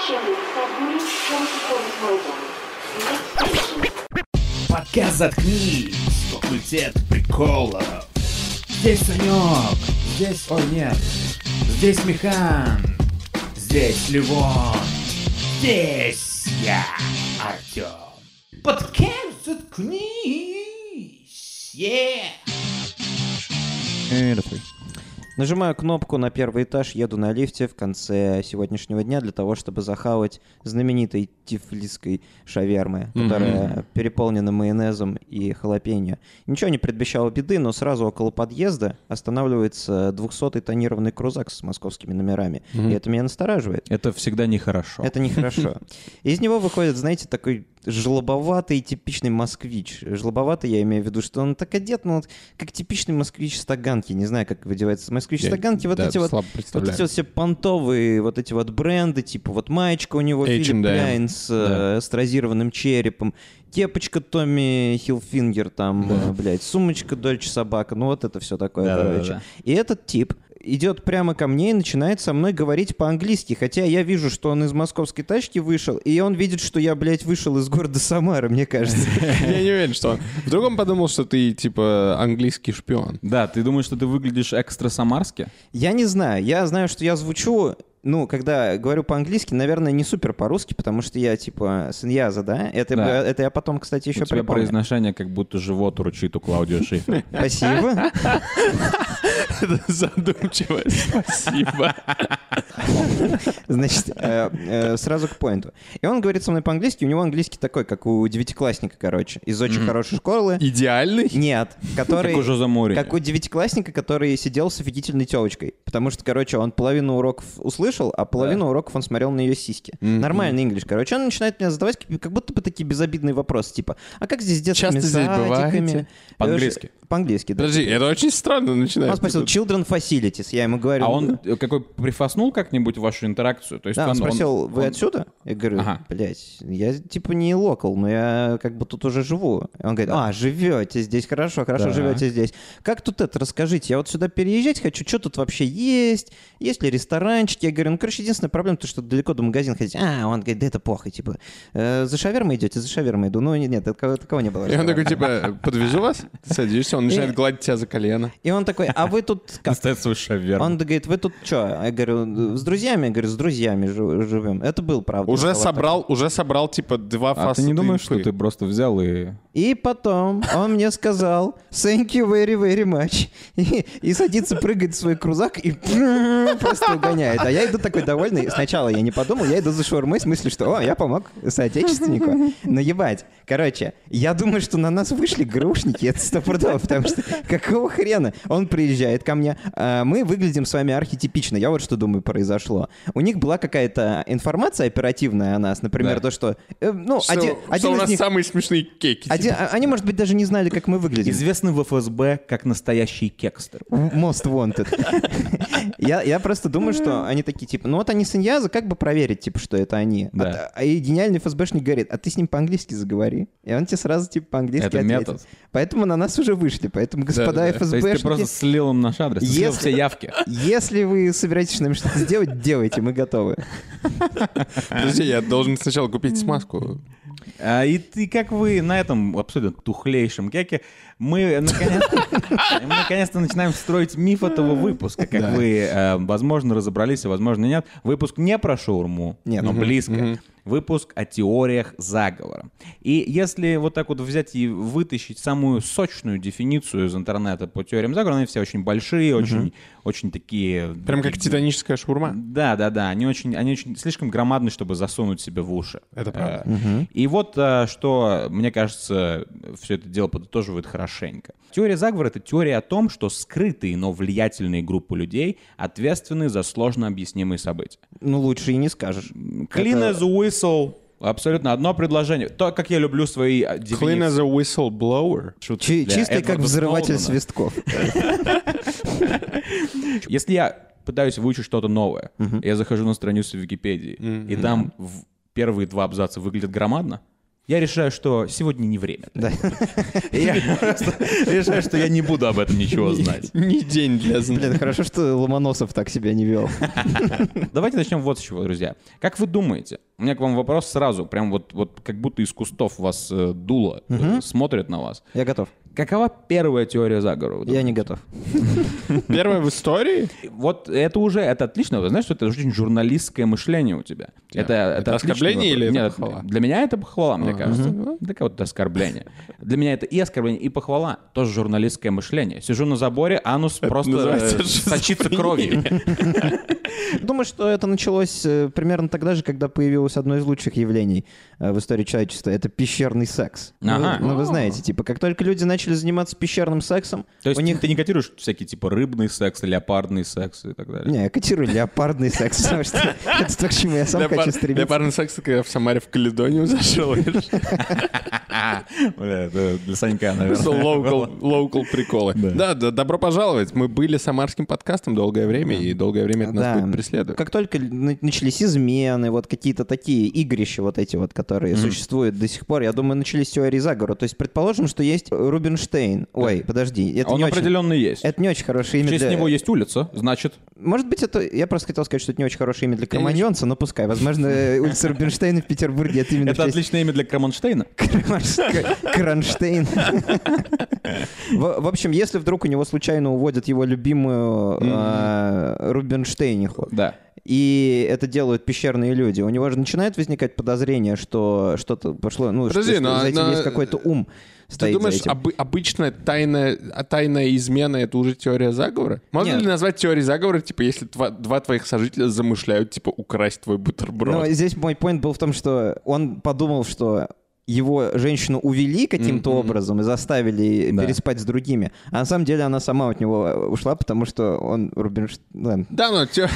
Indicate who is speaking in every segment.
Speaker 1: Chimney, February 2024. Next station.
Speaker 2: Пока заткнись, факультет приколов. Здесь Санек, здесь... Ой, нет. Здесь Михан, здесь Левон, здесь я, Артем. Подкаст заткнись, е
Speaker 3: Э, нахуй. Нажимаю кнопку на первый этаж, еду на лифте в конце сегодняшнего дня для того, чтобы захавать знаменитой тифлисской шавермы, которая переполнена майонезом и халапеньо. Ничего не предвещало беды, но сразу около подъезда останавливается 200-й тонированный крузак с московскими номерами. И это меня настораживает.
Speaker 4: Это всегда нехорошо.
Speaker 3: Это нехорошо. Из него выходит, знаете, такой жлобоватый типичный москвич. Жлобоватый я имею в виду, что он так одет, но вот как типичный москвич стаганки. Не знаю, как выдевается москвич
Speaker 4: Я-
Speaker 3: стаганки. Вот
Speaker 4: да,
Speaker 3: эти вот,
Speaker 4: слабо
Speaker 3: вот
Speaker 4: представляю.
Speaker 3: эти вот все понтовые, вот эти вот бренды, типа вот маечка у него
Speaker 4: H&M,
Speaker 3: Филипп Кляйн с
Speaker 4: да.
Speaker 3: э, стразированным черепом, кепочка Томми Хилфингер там, э, блядь, сумочка Дольче Собака, ну вот это все такое,
Speaker 4: Да-да-да-да.
Speaker 3: короче. И этот тип идет прямо ко мне и начинает со мной говорить по-английски, хотя я вижу, что он из московской тачки вышел, и он видит, что я, блядь, вышел из города Самара, мне кажется.
Speaker 5: Я не уверен, что он. Вдруг он подумал, что ты, типа, английский шпион.
Speaker 4: Да, ты думаешь, что ты выглядишь экстра самарски?
Speaker 3: Я не знаю, я знаю, что я звучу, ну, когда говорю по-английски, наверное, не супер по-русски, потому что я, типа, сыньяза, да? Это,
Speaker 4: Да.
Speaker 3: это я потом, кстати, еще
Speaker 4: У тебя
Speaker 3: припомню.
Speaker 4: произношение как будто живот урчит у Клаудио Шифера.
Speaker 3: Спасибо.
Speaker 5: Задумчиво. Спасибо.
Speaker 3: Значит, э, э, сразу к поинту. И он говорит со мной по-английски, у него английский такой, как у девятиклассника, короче, из очень хорошей школы.
Speaker 5: Идеальный?
Speaker 3: Нет, который...
Speaker 4: Как у Жозе Мурини.
Speaker 3: Как у девятиклассника, который сидел с офигительной телочкой. Потому что, короче, он половину уроков услышал, а половину уроков он смотрел на ее сиськи. Нормальный инглиш. Короче, он начинает меня задавать как как будто бы такие безобидные вопросы, типа, а как здесь с детскими
Speaker 5: Часто здесь
Speaker 3: садиками?»
Speaker 5: бываете?
Speaker 4: По-английски.
Speaker 3: Э, По-английски, да.
Speaker 5: Подожди, это очень странно
Speaker 3: Он
Speaker 5: начинается.
Speaker 3: спросил, children facilities, я ему говорю...
Speaker 4: А он
Speaker 3: «Да».
Speaker 4: э, какой прифаснул как-нибудь вашу интеракцию? То есть
Speaker 3: Да, он
Speaker 4: он- он-
Speaker 3: спросил, вы
Speaker 4: он-
Speaker 3: отсюда? Я говорю,
Speaker 4: Ага.
Speaker 3: блядь, я типа не локал, но я как бы тут уже живу. И Он говорит, а, живете здесь, хорошо, хорошо,
Speaker 4: Так.
Speaker 3: живете здесь. Как тут это, расскажите, я вот сюда переезжать хочу, что тут вообще есть, есть ли ресторанчики? Я говорю, ну, короче, единственная проблема, то, что далеко до магазина ходить. А, он говорит, да это плохо, типа, «Э, за шавермой идете, за шавермой иду. Ну, нет, нет, такого, такого не было.
Speaker 5: И он такой, типа, подвезу вас? Ты садишься, он
Speaker 3: И-
Speaker 5: начинает гладить тебя за колено.
Speaker 3: И он такой, а вы тут как?
Speaker 4: Достает свой шаверму.
Speaker 3: Он говорит, вы тут что? Я говорю, с друзьями? Я говорю, с друзьями жи- живем. Это был, правда.
Speaker 5: Уже
Speaker 3: разговор такой.
Speaker 5: собрал, уже собрал, типа, два
Speaker 4: А
Speaker 5: фаста
Speaker 4: ты не думаешь,
Speaker 5: инфы?
Speaker 4: что ты просто взял и...
Speaker 3: И потом он мне сказал «Thank you very, very much». И, и садится, прыгает в свой крузак и просто угоняет. А я иду такой довольный. Сначала я не подумал, я иду за шаурмой с мыслью, что «О, я помог соотечественнику». Наебать. Короче, я думаю, что на нас вышли грушники, это стопудово, потому что какого хрена? Он приезжает ко мне, а мы выглядим с вами архетипично. Я вот что думаю произошло. У них была какая-то информация оперативная о нас, например,
Speaker 4: Да.
Speaker 3: то, что... э, ну,
Speaker 5: Что-
Speaker 3: один,
Speaker 5: что
Speaker 3: один
Speaker 5: у
Speaker 3: из
Speaker 5: нас
Speaker 3: них-
Speaker 5: самые смешные кеки.
Speaker 3: Оди-
Speaker 5: типа.
Speaker 3: а- Они, может быть, даже не знали, как мы выглядим.
Speaker 4: Известный в ФСБ как настоящий кекстер.
Speaker 3: Most wanted. я, я просто думаю, что они такие, типа, ну вот они сыньязы, как бы проверить, типа, что это они? А
Speaker 4: Да.
Speaker 3: т- А, и гениальный ФСБшник говорит, а ты с ним по-английски заговори. И он тебе сразу, типа, по-английски
Speaker 4: Это
Speaker 3: ответит.
Speaker 4: метод.
Speaker 3: Поэтому на нас уже вышли. Поэтому, господа
Speaker 5: Да-да-да.
Speaker 4: То есть ты
Speaker 3: ФСБшники,
Speaker 4: просто слил им наш адрес, ты слил
Speaker 3: Если-
Speaker 4: все явки.
Speaker 3: если вы собираетесь нам что-то сделать, делайте, мы готовы.
Speaker 5: Подожди, я должен сначала купить смазку.
Speaker 4: А, и, ты- как вы на этом абсолютно тухлейшем кеке, мы наконец-то, мы наконец-то начинаем строить миф этого выпуска. Как вы, э, возможно, разобрались, а возможно, нет. Выпуск не про шаурму,
Speaker 3: Нет.
Speaker 4: но
Speaker 3: Мгм,
Speaker 4: близко. Выпуск о теориях заговора. И если вот так вот взять и вытащить самую сочную дефиницию из интернета по теориям заговора, они все очень большие, очень, очень такие...
Speaker 5: Прям как титаническая шаурма.
Speaker 4: Да, да, да. Они очень, они очень слишком громадны, чтобы засунуть себе в уши.
Speaker 5: Это правда.
Speaker 4: Э, И вот э, что, мне кажется, все это дело подытоживает хорошенько. Теория заговора — это теория о том, что скрытые, но влиятельные группы людей ответственны за сложно объяснимые события.
Speaker 3: Ну, лучше и не скажешь.
Speaker 4: Clean
Speaker 3: Это-
Speaker 4: as a whistle. Абсолютно одно предложение. То, как я люблю свои э,
Speaker 5: Clean
Speaker 4: дефиниции.
Speaker 5: as a whistleblower.
Speaker 3: Чи-
Speaker 4: для
Speaker 3: Чистый, как
Speaker 4: Эдварда
Speaker 3: взрыватель
Speaker 4: Сноудена.
Speaker 3: свистков.
Speaker 4: Если я пытаюсь выучить что-то новое, я захожу на страницу Википедии, и там в- первые два абзаца выглядят громадно, Я решаю, что сегодня не время. Я просто решаю, что я не буду об этом ничего знать.
Speaker 5: Не день для знаний.
Speaker 3: Блин, хорошо, что Ломоносов так себя не вел.
Speaker 4: Давайте начнем вот с чего, друзья. Как вы думаете? У меня к вам вопрос сразу, прям вот, вот как будто из кустов вас э, дуло, э, смотрят на вас.
Speaker 3: Я готов.
Speaker 4: Какова первая теория заговора?
Speaker 3: Я не готов.
Speaker 5: Первое в истории?
Speaker 4: Вот это уже, это отлично, вы знаешь, что это очень журналистское мышление у тебя. Это,
Speaker 5: Это
Speaker 4: отличный
Speaker 5: оскорбление
Speaker 4: вопрос.
Speaker 5: или это
Speaker 4: Нет,
Speaker 5: похвала?
Speaker 4: Для меня это похвала, мне кажется. Для кого-то оскорбление. Для меня это и оскорбление, и похвала. Тоже журналистское мышление. Сижу на заборе, анус просто
Speaker 5: называется
Speaker 4: э, сочится кровью.
Speaker 3: Думаю, что это началось э, примерно тогда же, когда появилось одно из лучших явлений э, в истории человечества. Это пещерный секс.
Speaker 4: Ага.
Speaker 3: Ну, вы- ну, вы знаете, типа, как только люди начали заниматься пещерным сексом,
Speaker 4: То есть
Speaker 3: у них...
Speaker 4: ты не котируешь всякие типа рыбный секс, леопардный секс и так далее?
Speaker 3: Не, я котирую леопардный секс, потому что это то, к чему я сам
Speaker 5: Для пар-
Speaker 3: хочу
Speaker 5: для
Speaker 3: стремиться.
Speaker 5: парного секса, когда в Самаре в Каледонию зашел. видишь?
Speaker 4: Бля, это для Санька,
Speaker 5: Просто
Speaker 4: наверное.
Speaker 5: Local local приколы. Да, да, добро пожаловать. Мы были самарским подкастом долгое время, и долгое время это нас
Speaker 3: Да.
Speaker 5: будет преследовать.
Speaker 3: Как только на- начались измены, вот какие-то такие игрища вот эти вот, которые существуют до сих пор, я думаю, начались теории заговора. То есть, предположим, что есть Рубинштейн. Ой, подожди, это
Speaker 4: Он
Speaker 3: не очень...
Speaker 4: определенно есть.
Speaker 3: Это не очень хорошее
Speaker 4: В
Speaker 3: имя
Speaker 4: честь
Speaker 3: для...
Speaker 4: него есть улица, значит,
Speaker 3: Может быть, это... Я просто хотел сказать, что это не очень хорошее имя для кроманьонца, но пускай. Возможно, э, улица Рубинштейна в Петербурге — это именно в
Speaker 4: это
Speaker 3: честь
Speaker 4: отличное имя для Крамонштейна.
Speaker 3: Крамаш- Кронштейн. В в общем, если вдруг у него случайно уводят его любимую э, Рубинштейниху,
Speaker 4: Да.
Speaker 3: и это делают пещерные люди, у него же начинает возникать подозрение, что что-то пошло, ну, что
Speaker 5: Подожди,
Speaker 3: что
Speaker 5: но
Speaker 3: за этим
Speaker 5: она-
Speaker 3: есть какой-то ум
Speaker 5: Ты
Speaker 3: стоит за
Speaker 5: думаешь,
Speaker 3: этим.
Speaker 5: обы- обычная тайная, а тайная измена — это уже теория заговора? Можно
Speaker 3: Нет.
Speaker 5: ли назвать теорией заговора, типа, если тва- два твоих сожителя замышляют, типа, украсть твой
Speaker 3: Но
Speaker 5: бутерброд?
Speaker 3: Ну, здесь мой point был в том, что он подумал, что его женщину увели каким-то образом и заставили
Speaker 4: Да.
Speaker 3: переспать с другими. А на самом деле она сама от него э, ушла, потому что он ну, Рубинштейн...
Speaker 5: Да, но те-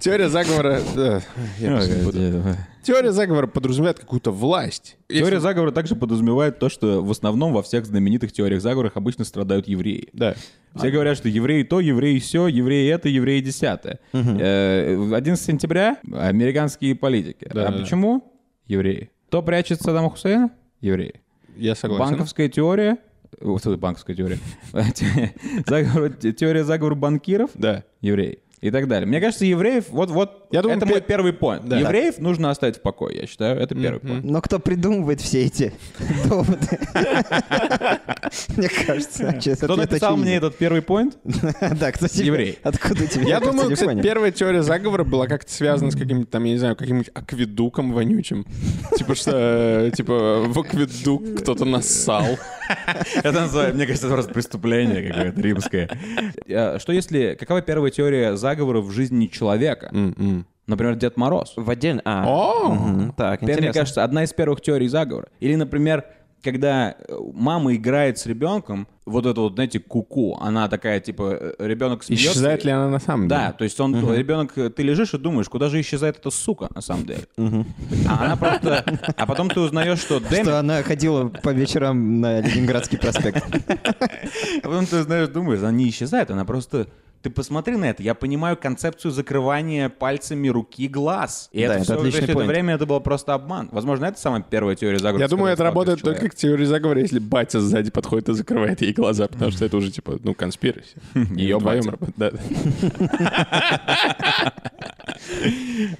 Speaker 5: теория заговора... да, я
Speaker 3: Ну,
Speaker 5: просто не буду. Теория заговора подразумевает какую-то власть.
Speaker 4: Теория
Speaker 5: Если-
Speaker 4: заговора также подразумевает то, что в основном во всех знаменитых теориях заговорах обычно страдают евреи.
Speaker 5: Да.
Speaker 4: Все говорят, что евреи то, евреи все, евреи это, евреи десятое. Э, в 11 сентября американские политики.
Speaker 5: Да,
Speaker 4: а
Speaker 5: да, да.
Speaker 4: почему? Евреи. Кто прячет Саддама Хусейна? Евреи.
Speaker 5: Я согласен.
Speaker 4: Банковская теория. Вот это банковская теория. Те- заговор- те- Теория заговора банкиров.
Speaker 5: Да.
Speaker 4: Евреи. И так далее. Мне кажется, евреев... Вот, вот,
Speaker 5: Я думаю,
Speaker 4: это
Speaker 5: пе-
Speaker 4: мой первый поинт.
Speaker 5: Да.
Speaker 4: Евреев нужно оставить в покое, я считаю. Это первый поинт.
Speaker 3: Но кто придумывает все эти доводы? Мне кажется, честно,
Speaker 4: Кто
Speaker 3: ответ
Speaker 4: написал мне
Speaker 3: очевиден.
Speaker 4: этот первый поинт?
Speaker 3: Да, кто тебе?
Speaker 4: Еврей.
Speaker 3: Откуда тебе?
Speaker 5: Я
Speaker 3: как-то
Speaker 5: думаю,
Speaker 3: не
Speaker 5: кстати,
Speaker 3: понял.
Speaker 5: первая теория заговора была как-то связана с каким-то там, я не знаю, каким-нибудь акведуком вонючим. Типа что, э, типа в акведук кто-то нассал.
Speaker 4: Это называется, мне кажется, это просто преступление какое-то римское. Э, Что если... Какова первая теория заговора в жизни человека? М-м. Например, Дед Мороз.
Speaker 3: В отдельно... А,
Speaker 5: О!
Speaker 3: Мгм, так,
Speaker 4: Это, мне
Speaker 3: интересно.
Speaker 4: кажется, одна из первых теорий заговора. Или, например, когда э, мама играет с ребенком, вот это вот, знаете, куку, она такая, типа, э, ребенок смеется.
Speaker 5: Исчезает ли она на самом деле?
Speaker 4: Да, то есть он, ребенок, э, ты лежишь и думаешь, куда же исчезает эта сука, на самом деле. А она просто... А потом ты узнаешь, что Дэми...
Speaker 3: Что она ходила по вечерам на Ленинградский проспект.
Speaker 4: А потом ты знаешь, думаешь, она не исчезает, она просто... Ты посмотри на это. Я понимаю концепцию закрывания пальцами руки глаз. И
Speaker 3: Да,
Speaker 4: это,
Speaker 3: это
Speaker 4: все,
Speaker 3: отличный
Speaker 4: все это
Speaker 3: point.
Speaker 4: время это был просто обман. Возможно, это самая первая теория заговора.
Speaker 5: Я
Speaker 4: с
Speaker 5: думаю,
Speaker 4: которой
Speaker 5: это работает
Speaker 4: сталкивается человек.
Speaker 5: только к теории заговора, если батя сзади подходит и закрывает ей глаза, потому что это уже типа, ну, конспираси.
Speaker 4: Её батя.
Speaker 5: работает.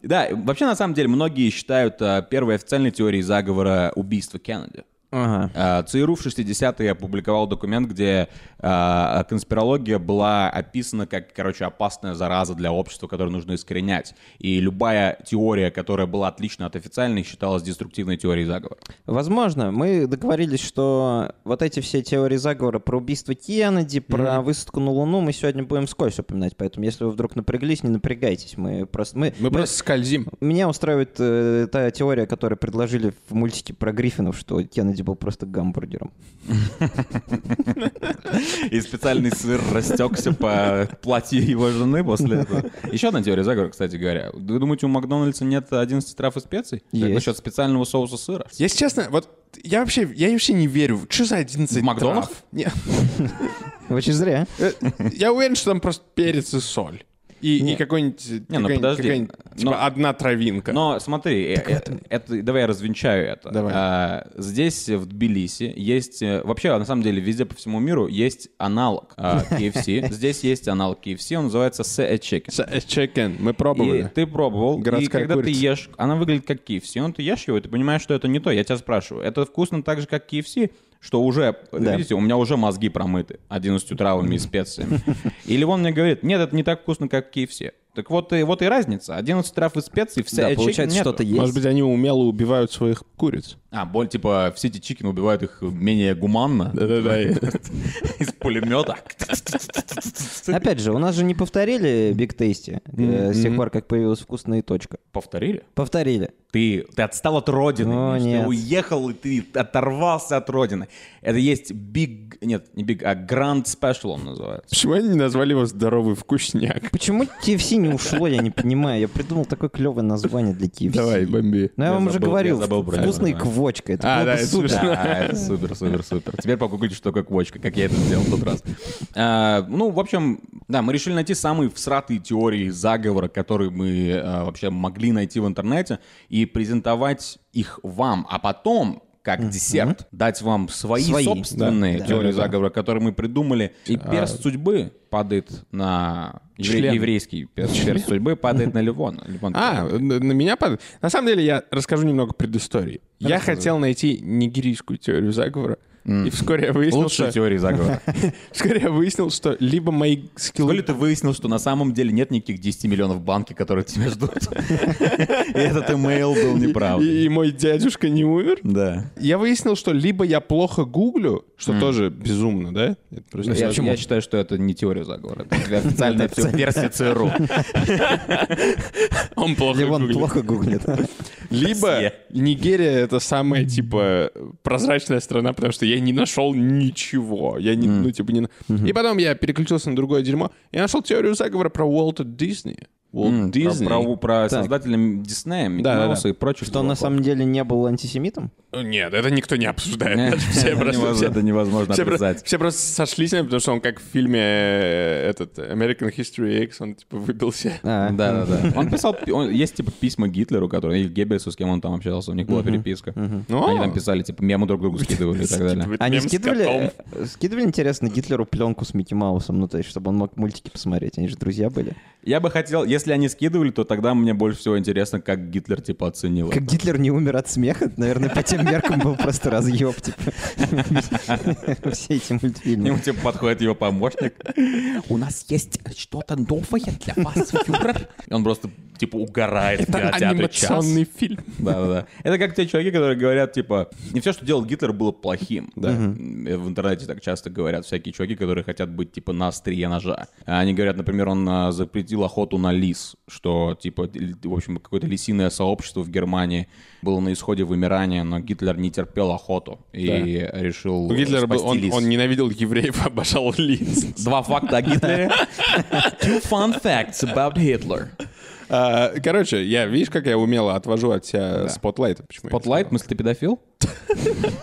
Speaker 4: Да, вообще, на самом деле, многие считают э, первой официальной теорией заговора убийство Кеннеди.
Speaker 3: Ага.
Speaker 4: Э, ЦРУ в 60-е опубликовал документ, где э, конспирология была описана как, короче, опасная зараза для общества, которую нужно искоренять. И любая теория, которая была отлична от официальной, считалась деструктивной теорией заговора.
Speaker 3: Возможно, мы договорились, что вот эти все теории заговора про убийство Кеннеди, про высадку на Луну мы сегодня будем скользь упоминать, поэтому если вы вдруг напряглись, не напрягайтесь, мы просто мы,
Speaker 5: Мы просто скользим.
Speaker 3: меня устраивает э, та теория, которую предложили в мультике про Гриффинов, что Кеннеди был просто гамбургером.
Speaker 4: И специальный сыр растекся по платью его жены после этого. Еще одна теория заговора, кстати говоря. Вы думаете, у Макдональдса нет 11 трав и специй? Как
Speaker 3: Есть.
Speaker 4: насчет специального соуса сыра?
Speaker 5: Если честно, вот я вообще, я вообще не верю. Что за 11
Speaker 4: В Макдональдс?
Speaker 5: трав? Не,
Speaker 3: Очень зря.
Speaker 5: э, Я уверен, что там просто перец и соль. И, и какой-нибудь...
Speaker 4: ну
Speaker 5: какая-нибудь-
Speaker 4: подожди.
Speaker 5: какая-нибудь, Типа
Speaker 4: Но-
Speaker 5: одна травинка.
Speaker 4: Но смотри, э, э, это, давай я развенчаю это.
Speaker 5: Давай.
Speaker 4: А, здесь, э, в Тбилиси, есть... э, Вообще, на самом деле, везде по всему миру есть аналог а, KFC. Здесь есть аналог KFC, он называется Sea Chicken.
Speaker 5: С- э, Chicken. Мы
Speaker 4: И
Speaker 5: пробовали.
Speaker 4: ты пробовал, и
Speaker 5: Городская
Speaker 4: когда
Speaker 5: курица.
Speaker 4: ты ешь, она выглядит как KFC, но Ну, ты ешь его, и ты понимаешь, что это не то. Я тебя спрашиваю, это вкусно так же, как KFC, что уже, видите, у меня уже мозги промыты 11 травами и специями. И Левон мне говорит, нет, это не так вкусно, как KFC. Так вот и, вот и разница. 11 трав и специй, вся
Speaker 3: Да, получается, что-то есть.
Speaker 5: Может быть, они умело убивают своих куриц.
Speaker 4: А, боль, типа, все эти чикины убивают их менее гуманно.
Speaker 5: Да-да-да.
Speaker 4: Из пулемета.
Speaker 3: Опять же, у нас же не повторили Биг Тейсти э, с тех пор, как появилась вкусная точка.
Speaker 4: Повторили?
Speaker 3: Повторили.
Speaker 4: Ты, ты отстал от родины.
Speaker 3: О,
Speaker 4: Миш,
Speaker 3: нет.
Speaker 4: Ты уехал, и ты оторвался от родины. Это есть big... Нет, не big, а grand special он называется.
Speaker 5: Почему они не назвали его «Здоровый вкусняк»?
Speaker 3: Почему TFC не ушло, я не понимаю. Я придумал такое клевое название для TFC.
Speaker 5: Давай, бомби.
Speaker 3: Ну, я,
Speaker 4: Я
Speaker 3: вам уже
Speaker 4: забыл-
Speaker 3: говорил,
Speaker 4: я забыл про
Speaker 3: вкусная
Speaker 4: это, да.
Speaker 3: квочка. Это
Speaker 5: А,
Speaker 3: было
Speaker 5: да,
Speaker 3: бы
Speaker 5: это
Speaker 3: супер.
Speaker 5: смешно.
Speaker 4: Да, это супер, супер, супер. Теперь погуглите, что такое квочка, как я это сделал в тот раз. А, ну, в общем, да, мы решили найти самые всратые теории заговора, которые мы а, вообще могли найти в интернете, и презентовать их вам, а потом как десерт, дать вам свои,
Speaker 3: Свои,
Speaker 4: собственные
Speaker 3: да.
Speaker 4: теории
Speaker 5: Да-да-да.
Speaker 4: заговора, которые мы придумали. И перст судьбы падает на... евре-
Speaker 5: А, Член.
Speaker 4: Еврейский перст, перст судьбы падает на Ливона. Ливон
Speaker 5: А,
Speaker 4: такой,
Speaker 5: н- на меня падает. На самом деле, я расскажу немного предыстории. Я хотел найти нигерийскую теорию заговора, и вскоре я выяснил,
Speaker 4: Лучшие
Speaker 5: что...
Speaker 4: теории заговора.
Speaker 5: Вскоре я выяснил, что либо мои скиллы...
Speaker 4: Вскоре ты выяснил, что на самом деле нет никаких 10 миллионов банки, которые тебя ждут. И этот имейл был неправ.
Speaker 5: И, и мой дядюшка не умер.
Speaker 4: Да.
Speaker 5: Я выяснил, что либо я плохо гуглю, что тоже безумно, да? Это произносит.
Speaker 4: Я, я считаю, что это не теория заговора, это официальная те- версия ЦРУ.
Speaker 5: Он плохо
Speaker 3: Левон
Speaker 5: гуглит.
Speaker 3: плохо гуглит.
Speaker 5: Либо
Speaker 4: Россия.
Speaker 5: Нигерия это самая типа прозрачная страна, потому что я не нашел ничего. Я не, ну, типа, не... на- И потом я переключился на другое дерьмо. Я нашел теорию заговора про Уолта Диснея. Уолт
Speaker 4: М, про-
Speaker 5: Дисней.
Speaker 4: Про про
Speaker 3: Так.
Speaker 4: создателя Диснея, Микки
Speaker 5: Да-да-да.
Speaker 4: Мауса и прочих.
Speaker 3: Что он на
Speaker 4: чуваков.
Speaker 3: самом деле не был антисемитом?
Speaker 5: Ну, Нет, это никто не обсуждает.
Speaker 4: Э,
Speaker 5: Все
Speaker 4: это
Speaker 5: просто...
Speaker 4: невозможно-
Speaker 5: все-
Speaker 4: Это невозможно
Speaker 5: все про-
Speaker 4: отрицать.
Speaker 5: все просто сошлись, на нем, потому что он как в фильме э, этот American History X, он типа выбился.
Speaker 3: А,
Speaker 4: Да, да, да. Он писал, пи- он- есть типа письма Гитлеру, который, или Геббельсу, с кем он там общался, у них была переписка.
Speaker 5: Ну,
Speaker 4: Они там писали, типа, мемы друг другу скидывали и так далее.
Speaker 3: Они
Speaker 5: мем с
Speaker 3: скидывали,
Speaker 5: типа, котом.
Speaker 3: э, скидывали, интересно, Гитлеру пленку с Микки Маусом, ну, то есть, чтобы он мог мультики посмотреть, они же друзья были.
Speaker 4: Я бы хотел, если они скидывали, то тогда мне больше всего интересно, как Гитлер, типа, оценил.
Speaker 3: Как Гитлер не умер от смеха, наверное, по тем меркам был просто разъеб, типа. Все эти
Speaker 4: К нему
Speaker 3: мультфильмы.
Speaker 4: типа подходит его помощник. У нас есть что-то новое для вас, фюрер. И он просто типа угорает в
Speaker 5: Это
Speaker 4: кинотеатре час.
Speaker 5: анимационный фильм.
Speaker 4: Да-да-да. Это как те чуваки, которые говорят, типа, не все, что делал Гитлер, было плохим. Да. Э, В интернете так часто говорят всякие чуваки, которые хотят быть, типа, на острие ножа. А Они говорят, например, он а, запретил охоту на лис, что, типа, л- в общем, какое-то лисиное сообщество в Германии было на исходе вымирания, но Гитлер не терпел охоту и решил
Speaker 5: У Гитлера был,
Speaker 4: спасти
Speaker 5: он,
Speaker 4: лис.
Speaker 5: он ненавидел евреев, обожал лиц.
Speaker 4: Два факта о Гитлере. Two fun facts about Hitler.
Speaker 5: А, Короче, я, видишь, как я умело отвожу от себя спотлайта? Почему я
Speaker 4: Spotlight, в
Speaker 5: сказал?
Speaker 4: смысле, ты педофил?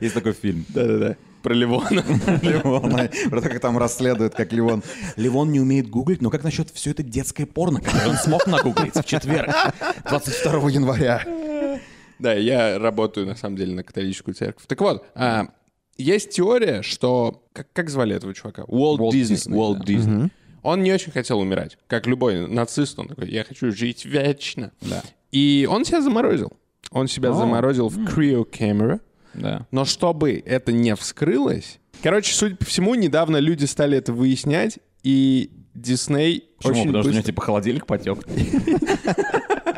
Speaker 4: Есть такой фильм.
Speaker 5: Да-да-да. Про Ливона.
Speaker 4: Про то, как там расследует, как Ливон. Ливон не умеет гуглить, но как насчет все это детское порно, которое он смог нагуглить в четверг, 22 января?
Speaker 5: Да, я работаю, на самом деле, на католическую церковь. Так вот, а, есть теория, что... Как, как звали этого чувака? Уолт
Speaker 4: Уолт
Speaker 5: Дисней.
Speaker 4: Дисней,
Speaker 5: Уолт
Speaker 4: да.
Speaker 5: Дисней. Он не очень хотел умирать. Как любой нацист, он такой, я хочу жить вечно. И он себя заморозил. Он себя заморозил в криокамеру.
Speaker 4: Да.
Speaker 5: Но чтобы это не вскрылось... Короче, судя по всему, недавно люди стали это выяснять, и Дисней
Speaker 4: Почему?
Speaker 5: очень
Speaker 4: Потому что у
Speaker 5: быстро...
Speaker 4: него типа холодильник потек.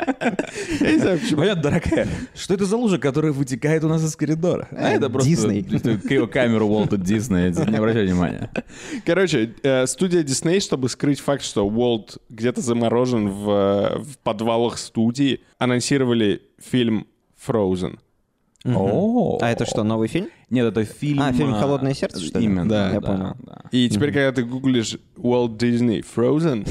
Speaker 5: Я не знаю, почему.
Speaker 4: Понятно, дорогая, что это за лужа, которая вытекает у нас из коридора? А
Speaker 5: Э,
Speaker 4: это просто
Speaker 3: Дисней.
Speaker 4: криокамеру Уолта Диснея, не обращай внимания.
Speaker 5: Короче, э, студия Disney, чтобы скрыть факт, что Уолт где-то заморожен в, э, в подвалах студии, анонсировали фильм Frozen.
Speaker 4: О. А
Speaker 3: А это что, новый фильм?
Speaker 4: Нет, это фильм...
Speaker 3: А, фильм
Speaker 4: э,
Speaker 3: «Холодное сердце», что ли?
Speaker 4: Именно,
Speaker 5: Да.
Speaker 4: да.
Speaker 5: Я
Speaker 3: понял.
Speaker 4: да.
Speaker 5: И теперь, когда ты гуглишь Walt Disney Frozen,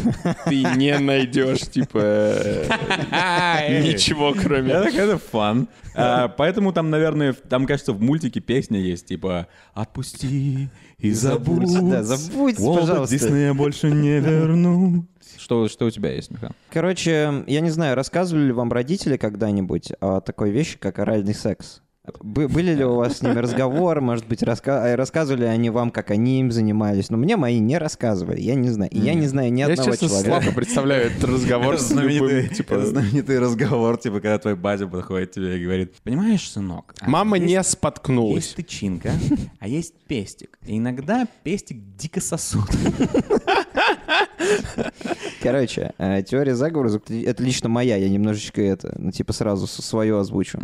Speaker 5: ты не найдешь, типа, э, ничего,
Speaker 4: Это,
Speaker 5: кроме...
Speaker 4: А, э, это фан. А, Поэтому там, наверное, в- там, кажется, в мультике песня есть, типа «Отпусти и забудь».
Speaker 3: Да, забудь,
Speaker 4: Уолта
Speaker 3: пожалуйста.
Speaker 4: Диснея больше не верну. Что, что у тебя есть, Михан?
Speaker 3: Короче, я не знаю, рассказывали ли вам родители когда-нибудь о такой вещи, как оральный секс? Бы- были ли у вас с ними разговоры, может быть, раска- э, рассказывали они вам, как они им занимались? Но мне мои не рассказывали, я не знаю. И я не знаю ни
Speaker 5: Я,
Speaker 3: одного
Speaker 5: честно,
Speaker 3: человека.
Speaker 5: слабо представляю этот разговор с любым,
Speaker 4: это
Speaker 5: типа...
Speaker 4: знаменитый разговор, типа, когда твой батя подходит к тебе и говорит, понимаешь, сынок, а
Speaker 5: Мама
Speaker 4: есть-
Speaker 5: не
Speaker 4: Есть
Speaker 5: споткнулась.
Speaker 4: тычинка, а есть пестик. И иногда пестик дико сосут.
Speaker 3: Короче, э, теория заговора, зак- это лично моя, я немножечко это, ну, типа сразу свое озвучу.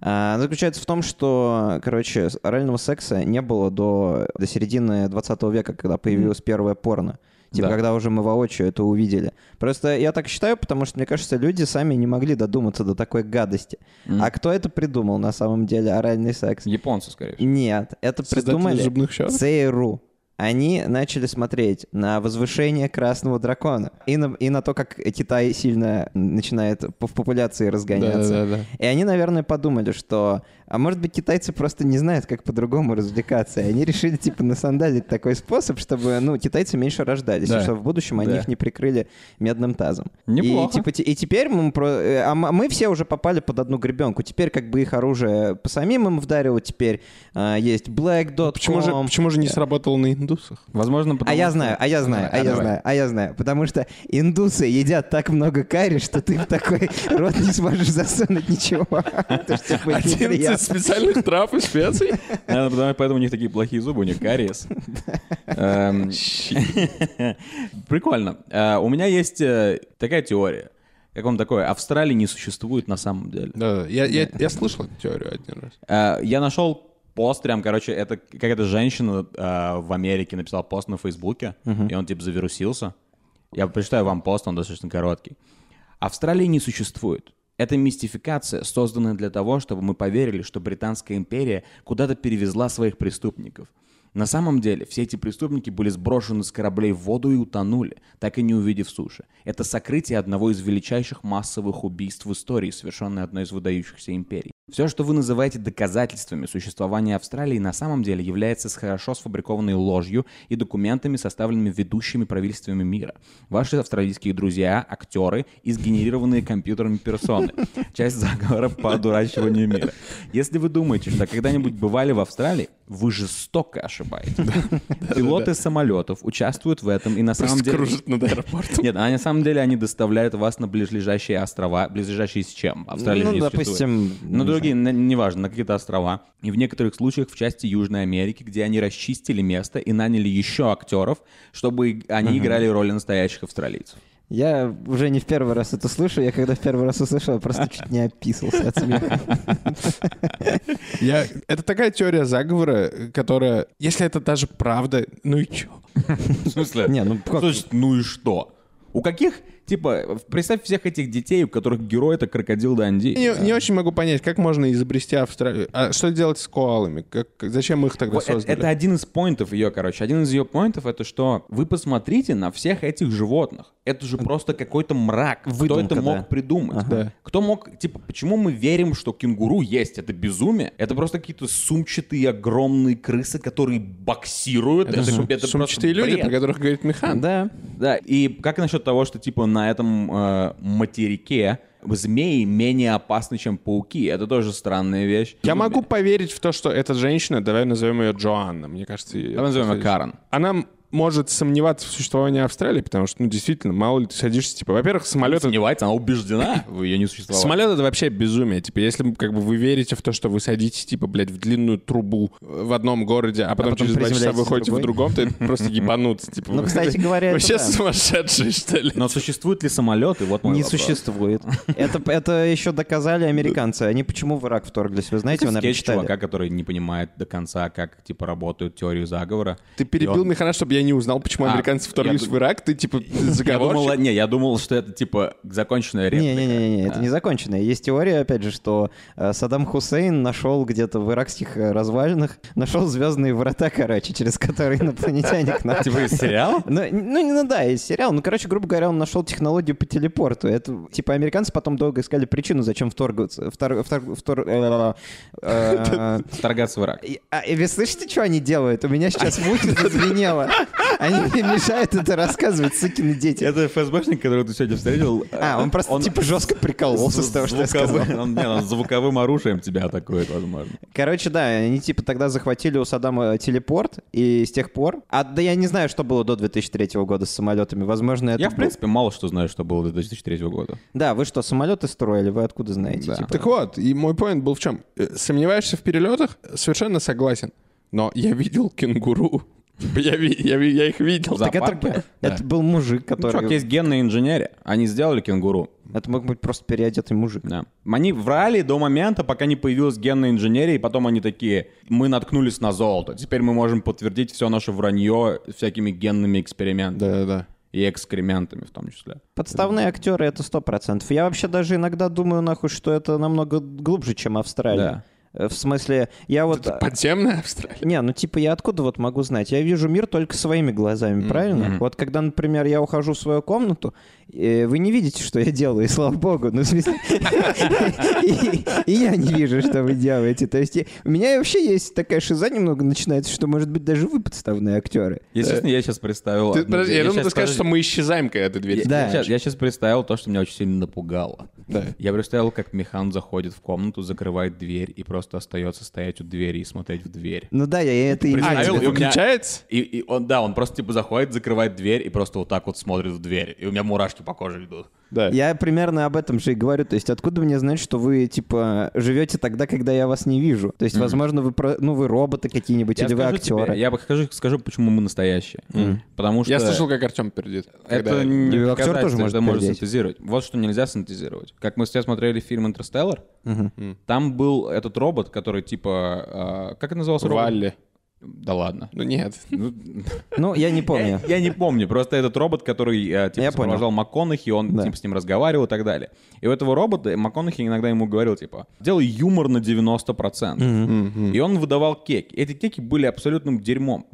Speaker 3: А, Она заключается в том, что, короче, с- орального секса не было до, до середины 20 века, когда появилось первое порно. Типа,
Speaker 4: Да.
Speaker 3: когда уже мы воочию это увидели. Просто я так считаю, потому что, мне кажется, люди сами не могли додуматься до такой гадости. А кто это придумал на самом деле, оральный секс?
Speaker 4: Японцы, скорее всего.
Speaker 3: Нет, это
Speaker 5: Создатели
Speaker 3: придумали
Speaker 5: зубных щеток?
Speaker 3: ЦРУ. Они начали смотреть на возвышение красного дракона и на, и на то, как Китай сильно начинает по- в популяции разгоняться.
Speaker 5: Да-да-да.
Speaker 3: И они, наверное, подумали, что... А может быть, китайцы просто не знают, как по-другому развлекаться. И они решили, типа, насандалить такой способ, чтобы, ну, китайцы меньше рождались,
Speaker 4: Да.
Speaker 3: и чтобы в будущем они
Speaker 4: Да.
Speaker 3: их не прикрыли медным тазом.
Speaker 4: Неплохо.
Speaker 3: И, типа, те- и теперь мы, про- э, а м- мы все уже попали под одну гребенку. Теперь как бы их оружие по самим им вдарило, теперь а, есть Black Dot.
Speaker 5: Почему же, почему же не сработало на индусах?
Speaker 4: Возможно, потому
Speaker 3: А я
Speaker 4: что-
Speaker 3: знаю, а я знаю, а я
Speaker 4: давай.
Speaker 3: знаю, а я знаю. Потому что индусы едят так много карри, что ты в такой рот не сможешь засунуть ничего. Это ж тебе будет
Speaker 5: 11
Speaker 3: неприятно.
Speaker 5: специальных трав и специй?
Speaker 4: Наверное, ну, потому- поэтому у них такие плохие зубы, у них кариес. Эм, Прикольно. Э, У меня есть э, такая теория. Как вам такое? Австралии не существует на самом деле.
Speaker 5: Да, я, я, я слышал эту теорию один раз.
Speaker 4: Э, Я нашел пост прям, короче, это какая-то женщина э, в Америке написала пост на Фейсбуке, и он типа завирусился. Я прочитаю вам пост, он достаточно короткий. Австралии не существует. Это мистификация, созданная для того, чтобы мы поверили, что Британская империя куда-то перевезла своих преступников. На самом деле, все эти преступники были сброшены с кораблей в воду и утонули, так и не увидев суши. Это сокрытие одного из величайших массовых убийств в истории, совершенное одной из выдающихся империй. Все, что вы называете доказательствами существования Австралии, на самом деле является с хорошо сфабрикованной ложью и документами, составленными ведущими правительствами мира. Ваши австралийские друзья, актеры и сгенерированные компьютерами персоны. Часть заговора по одурачиванию мира. Если вы думаете, что когда-нибудь бывали в Австралии, вы жестоко ошибаетесь. Пилоты самолетов участвуют в этом и на самом
Speaker 5: Просто
Speaker 4: деле...
Speaker 5: кружит над аэропортом.
Speaker 4: Нет, а на самом деле они доставляют вас на ближайшие острова. Ближайшие с чем? Австралия же
Speaker 3: Ну,
Speaker 4: не существует.
Speaker 3: допустим...
Speaker 4: На
Speaker 3: не
Speaker 4: другие, на- неважно, на какие-то острова. И в некоторых случаях в части Южной Америки, где они расчистили место и наняли еще актеров, чтобы и- они играли роли настоящих австралийцев.
Speaker 3: Я уже не в первый раз это слышу. Я когда в первый раз услышал, я просто чуть не описался от смеха.
Speaker 5: Я... Это такая теория заговора, которая... Если это даже правда, ну и чё?
Speaker 4: В смысле?
Speaker 3: Не, ну как?
Speaker 4: Слушай, ну и что? У каких, типа, представь всех этих детей, у которых герой это крокодил Данди.
Speaker 5: Не, не очень могу понять, как можно изобрести Австралию. А что делать с коалами? Как, как- зачем их тогда
Speaker 4: Вот э-
Speaker 5: создали?
Speaker 4: Это один из поинтов ее, короче. Один из ее поинтов это что вы посмотрите на всех этих животных. Это же просто какой-то мрак.
Speaker 3: Э, Выдумка,
Speaker 4: Кто это мог
Speaker 3: да.
Speaker 4: придумать?
Speaker 5: Да.
Speaker 4: Кто мог, типа, почему мы верим, что кенгуру есть? Это безумие. Это просто какие-то сумчатые огромные крысы, которые боксируют.
Speaker 5: Это сум-
Speaker 4: это просто
Speaker 5: сумчатые люди,
Speaker 4: бред.
Speaker 5: про которых говорит Михан.
Speaker 3: Да.
Speaker 4: Да, и как насчет того, что типа на этом э, материке змеи менее опасны, чем пауки? Это тоже странная вещь.
Speaker 5: Я могу поверить в то, что эта женщина, давай назовем ее Джоанна, мне кажется. её-
Speaker 4: Давай назовем ее Карен.
Speaker 5: Она м- может сомневаться в существовании Австралии, потому что, ну, действительно, мало ли ты садишься, типа, во-первых, самолет... это-
Speaker 4: Сомневается, она убеждена в ее несуществовании.
Speaker 5: Самолет это вообще безумие. Типа, если как бы вы верите в то, что вы садитесь, типа, блядь, в длинную трубу э, в одном городе, а потом,
Speaker 3: потом
Speaker 5: через два часа
Speaker 3: приземляетесь в
Speaker 5: выходите в
Speaker 3: другой.
Speaker 5: другом, то это просто ебануться. Типа,
Speaker 3: Ну,
Speaker 5: вы-
Speaker 3: кстати говоря, это
Speaker 5: Вообще
Speaker 3: да.
Speaker 5: сумасшедшие, что ли?
Speaker 4: Но существуют ли самолеты? Вот мой
Speaker 3: Не
Speaker 4: вопрос.
Speaker 3: существует. Это, это еще доказали американцы. Они почему в Ирак вторглись? Вы знаете, вы, наверное,
Speaker 4: Скетч
Speaker 3: читали.
Speaker 4: чувака, который не понимает до конца, как, типа, работают теорию заговора.
Speaker 5: Ты
Speaker 4: И
Speaker 5: перебил
Speaker 4: он-
Speaker 5: Михана, чтобы я не узнал, почему
Speaker 4: А,
Speaker 5: американцы
Speaker 4: я
Speaker 5: вторглись
Speaker 4: ду-
Speaker 5: в Ирак, ты типа
Speaker 4: Я думал,
Speaker 5: заговорщик.
Speaker 4: не, я думал, что это типа законченная реплика.
Speaker 3: Не-не-не,
Speaker 4: А.
Speaker 3: это не законченное. Есть теория, опять же, что э, Саддам Хусейн нашел где-то в иракских э, развалинах, нашел звездные врата, короче, через которые инопланетяне к нам.
Speaker 4: Типа из сериала?
Speaker 3: Ну, ну, не, ну да, и сериал. Ну, короче, грубо говоря, он нашел технологию по телепорту. Это, типа, американцы потом долго искали причину, зачем вторгаться. Втор, втор- втор- э, э,
Speaker 4: Вторгаться в Ирак.
Speaker 3: и- а, и вы слышите, что они делают? У меня сейчас в ухе зазвенело. Они мне мешают это рассказывать, сыкины дети.
Speaker 4: Это ФСБшник, которого ты сегодня встретил.
Speaker 3: А, он просто, типа, жестко прикололся с того, что я сказал.
Speaker 4: звуковым- Он, не, он звуковым оружием тебя атакует, возможно.
Speaker 3: Короче, да, они типа тогда захватили у Саддама э, телепорт, и с тех пор... А да я не знаю, что было до 2003 года с самолетами. Возможно, это...
Speaker 4: Я, в
Speaker 3: был-
Speaker 4: принципе, мало что знаю, что было до 2003 года.
Speaker 3: Да, вы что, самолеты строили? Вы откуда знаете?
Speaker 4: Да.
Speaker 3: типа?
Speaker 5: Так вот, и мой поинт был в чем? Э, Сомневаешься в перелетах? Совершенно согласен. Но я видел кенгуру. Типа, Я, ви- я ви- я их видел.
Speaker 4: В
Speaker 3: Так это,
Speaker 4: зоопарке?
Speaker 3: это был мужик,
Speaker 4: Ну,
Speaker 3: который...
Speaker 4: чувак, есть генные инженерия. Они сделали кенгуру.
Speaker 3: Это мог быть просто переодетый мужик.
Speaker 4: Да. Они врали до момента, пока не появилась генная инженерия, и потом они такие, мы наткнулись на золото, теперь мы можем подтвердить все наше вранье всякими генными экспериментами
Speaker 5: Да-да-да.
Speaker 4: и экскрементами в том числе.
Speaker 3: Подставные актеры — это 100%. Я вообще даже иногда думаю, нахуй, что это намного глубже, чем Австралия. Э, В смысле, я вот...
Speaker 5: Подземная Австралия.
Speaker 3: Не, ну типа я откуда вот могу знать? Я вижу мир только своими глазами, правильно? Вот когда, например, я ухожу в свою комнату, э, вы не видите, что я делаю, и слава богу. Ну, в смысле, и- и я не вижу, что вы делаете. То есть и- у меня вообще есть такая шиза немного начинается, что, может быть, даже вы подставные актеры.
Speaker 4: Естественно, я сейчас представил...
Speaker 5: Ты-
Speaker 4: одну-
Speaker 5: подожди, я думал,
Speaker 4: щас-
Speaker 5: ты скажешь, что
Speaker 4: подожди.
Speaker 5: мы исчезаем, когда ты дверь
Speaker 3: Да.
Speaker 4: Я щас- Я сейчас представил то, что меня очень сильно напугало. Я представил, как механ заходит в комнату, закрывает дверь и просто остается стоять у двери и смотреть в дверь.
Speaker 3: Ну да, я это и
Speaker 4: Представил,
Speaker 5: А,
Speaker 3: имею в
Speaker 5: тебе
Speaker 4: у меня-
Speaker 5: выключается?
Speaker 4: И, и он, да, он просто типа заходит, закрывает дверь и просто вот так вот смотрит в дверь. И у меня мурашки по коже идут.
Speaker 5: Да.
Speaker 3: Я примерно об этом же и говорю. То есть, откуда мне знать, что вы, типа, живете тогда, когда я вас не вижу? То есть, возможно, вы, про- ну, вы роботы какие-нибудь, или вы
Speaker 4: скажу тебе,
Speaker 3: актеры.
Speaker 4: я покажу- скажу, почему мы настоящие. Потому что
Speaker 5: Я слышал, как Артем пердит.
Speaker 4: это
Speaker 5: когда-
Speaker 4: не
Speaker 3: И актер
Speaker 4: доказательство,
Speaker 3: тоже может
Speaker 4: это можно
Speaker 3: пердеть.
Speaker 4: синтезировать. Вот что нельзя синтезировать. Как мы все смотрели фильм «Интерстеллар»,
Speaker 5: Мгм.
Speaker 4: там был этот робот, который типа... а, как это назывался? робот?
Speaker 5: Валли.
Speaker 4: Да ладно.
Speaker 5: Ну нет.
Speaker 4: Ну,
Speaker 3: Ну, я не помню.
Speaker 4: Я не помню, просто этот робот, который э,
Speaker 3: Я
Speaker 4: типа
Speaker 3: понял.
Speaker 4: сопровождал МакКонахи, он
Speaker 3: Да.
Speaker 4: типа с ним разговаривал и так далее. И у этого робота МакКонахи иногда ему говорил, типа, делай юмор на 90%. И он выдавал кеки. Эти кеки были абсолютным дерьмом.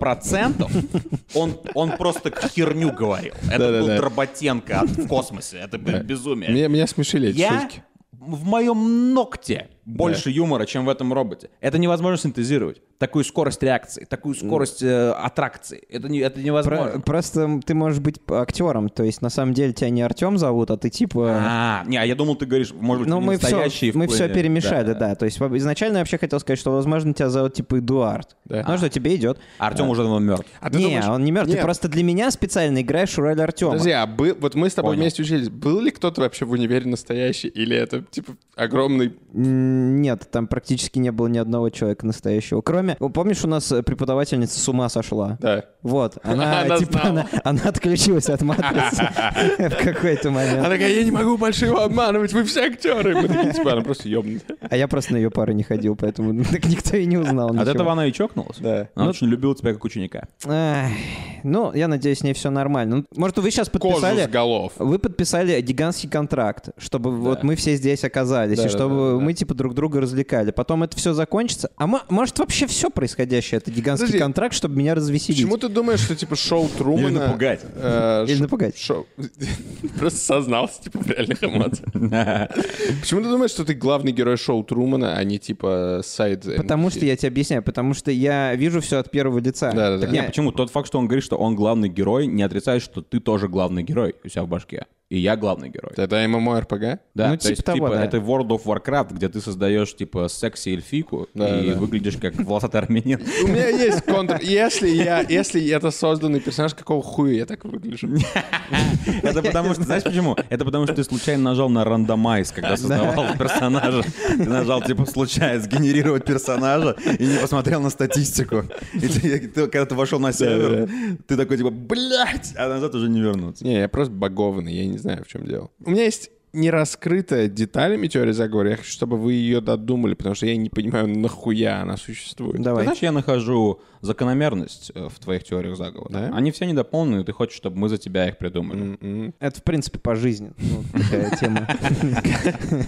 Speaker 4: 90% он, он просто херню говорил. Это был
Speaker 5: Да-да-да.
Speaker 4: Дроботенко от- в космосе. Это б- безумие.
Speaker 5: Меня, меня смешили эти
Speaker 4: Я
Speaker 5: шутки.
Speaker 4: в моем ногте больше юмора, чем в этом роботе. Это невозможно синтезировать. Такую скорость реакции, такую скорость э, аттракции. Это, не, это
Speaker 3: Про-
Speaker 4: невозможно.
Speaker 3: Просто ты можешь быть актером, то есть на самом деле тебя не Артем зовут, а ты типа...
Speaker 4: А, не, а я думал, ты говоришь, может быть,
Speaker 3: Ну,
Speaker 4: не
Speaker 3: мы все,
Speaker 4: настоящие в
Speaker 3: мы все
Speaker 4: плане-
Speaker 3: перемешали,
Speaker 4: Да.
Speaker 3: да. То есть во- изначально я вообще хотел сказать, что, возможно, тебя зовут типа Эдуард.
Speaker 5: Да.
Speaker 3: Ну что, тебе идет.
Speaker 4: А Артем уже давно мертв.
Speaker 5: А ты
Speaker 3: не,
Speaker 5: думаешь-
Speaker 3: он не мертв. Ты
Speaker 5: Нет.
Speaker 3: просто для меня специально играешь роль Артема.
Speaker 5: Подожди, а бы- вот мы с тобой
Speaker 4: Понял.
Speaker 5: вместе учились. Был ли кто-то вообще в универе настоящий? Или это, типа, огромный...
Speaker 3: М, Нет, там практически не было ни одного человека настоящего. Кроме, О, помнишь, у нас э, преподавательница с ума сошла?
Speaker 5: Да.
Speaker 3: Вот, она,
Speaker 5: Она
Speaker 3: типа,
Speaker 5: знала.
Speaker 3: она, она отключилась от матрицы в какой-то момент.
Speaker 5: Она такая, я не могу больше его обманывать, вы все актеры. Мы такие, типа, она просто ёбнутая.
Speaker 3: А я просто на ее пары не ходил, поэтому ну, так никто и не узнал
Speaker 4: От
Speaker 3: ничего. Ну,
Speaker 4: этого она и чокнулась.
Speaker 5: Да.
Speaker 4: Она очень любила тебя как ученика.
Speaker 3: Ай, Ну, я надеюсь, с ней все нормально. Ну, Может, вы сейчас
Speaker 5: Кожу с
Speaker 3: подписали...
Speaker 5: голов.
Speaker 3: Вы подписали гигантский контракт, чтобы вот мы все здесь оказались, и
Speaker 5: Да, да,
Speaker 3: чтобы
Speaker 5: да, да.
Speaker 3: мы типа друг друга развлекали. Потом это все закончится. А мо- может вообще все происходящее это гигантский
Speaker 5: Подожди.
Speaker 3: контракт, чтобы меня развеселить?
Speaker 5: Почему ты думаешь, что, типа, шоу Трумана...
Speaker 4: Или напугать.
Speaker 5: э,
Speaker 3: Или
Speaker 5: шо-
Speaker 3: напугать.
Speaker 5: Шоу... Просто сознался, типа, в реальных эмоциях. Почему ты думаешь, что ты главный герой шоу Трумана, а не, типа, сайт...
Speaker 3: Потому что я тебе объясняю, потому что я вижу все от первого лица.
Speaker 5: Да, да, да.
Speaker 3: Так
Speaker 5: Не,
Speaker 4: Не,
Speaker 3: я-
Speaker 4: почему? Тот факт, что он говорит, что он главный герой, не отрицает, что ты тоже главный герой у себя в башке. И я главный герой.
Speaker 5: Это ММО-РПГ?
Speaker 4: Да,
Speaker 3: Ну,
Speaker 4: то
Speaker 3: типа
Speaker 4: есть,
Speaker 3: того,
Speaker 4: типа,
Speaker 3: да.
Speaker 4: это World of Warcraft, где ты создаешь, типа, секси-эльфийку
Speaker 5: Да,
Speaker 4: и
Speaker 5: да, да.
Speaker 4: выглядишь как волосатый армянин.
Speaker 5: У меня есть контр... Если я... Если это созданный персонаж, какого хуя я так выгляжу?
Speaker 4: Это потому что, знаешь почему? Это потому что ты случайно нажал на рандомайз, когда создавал персонажа. Ты нажал, типа, случайно сгенерировать персонажа и не посмотрел на статистику. И ты- ты- когда ты вошел на сервер, ты такой, типа, блядь, а назад уже не вернуться.
Speaker 5: Не, я просто багованный, я не знаю, в чем дело. У меня есть не раскрытая деталями теория заговора. Я хочу, чтобы вы ее додумали, потому что я не понимаю, нахуя она существует.
Speaker 4: Ты
Speaker 3: Давай.
Speaker 4: знаешь, я нахожу закономерность э, в твоих теориях заговора.
Speaker 5: Да?
Speaker 4: Они все недополнены, и ты хочешь, чтобы мы за тебя их придумали.
Speaker 5: М-м.
Speaker 3: Это, в принципе, по жизни. Ну, такая тема.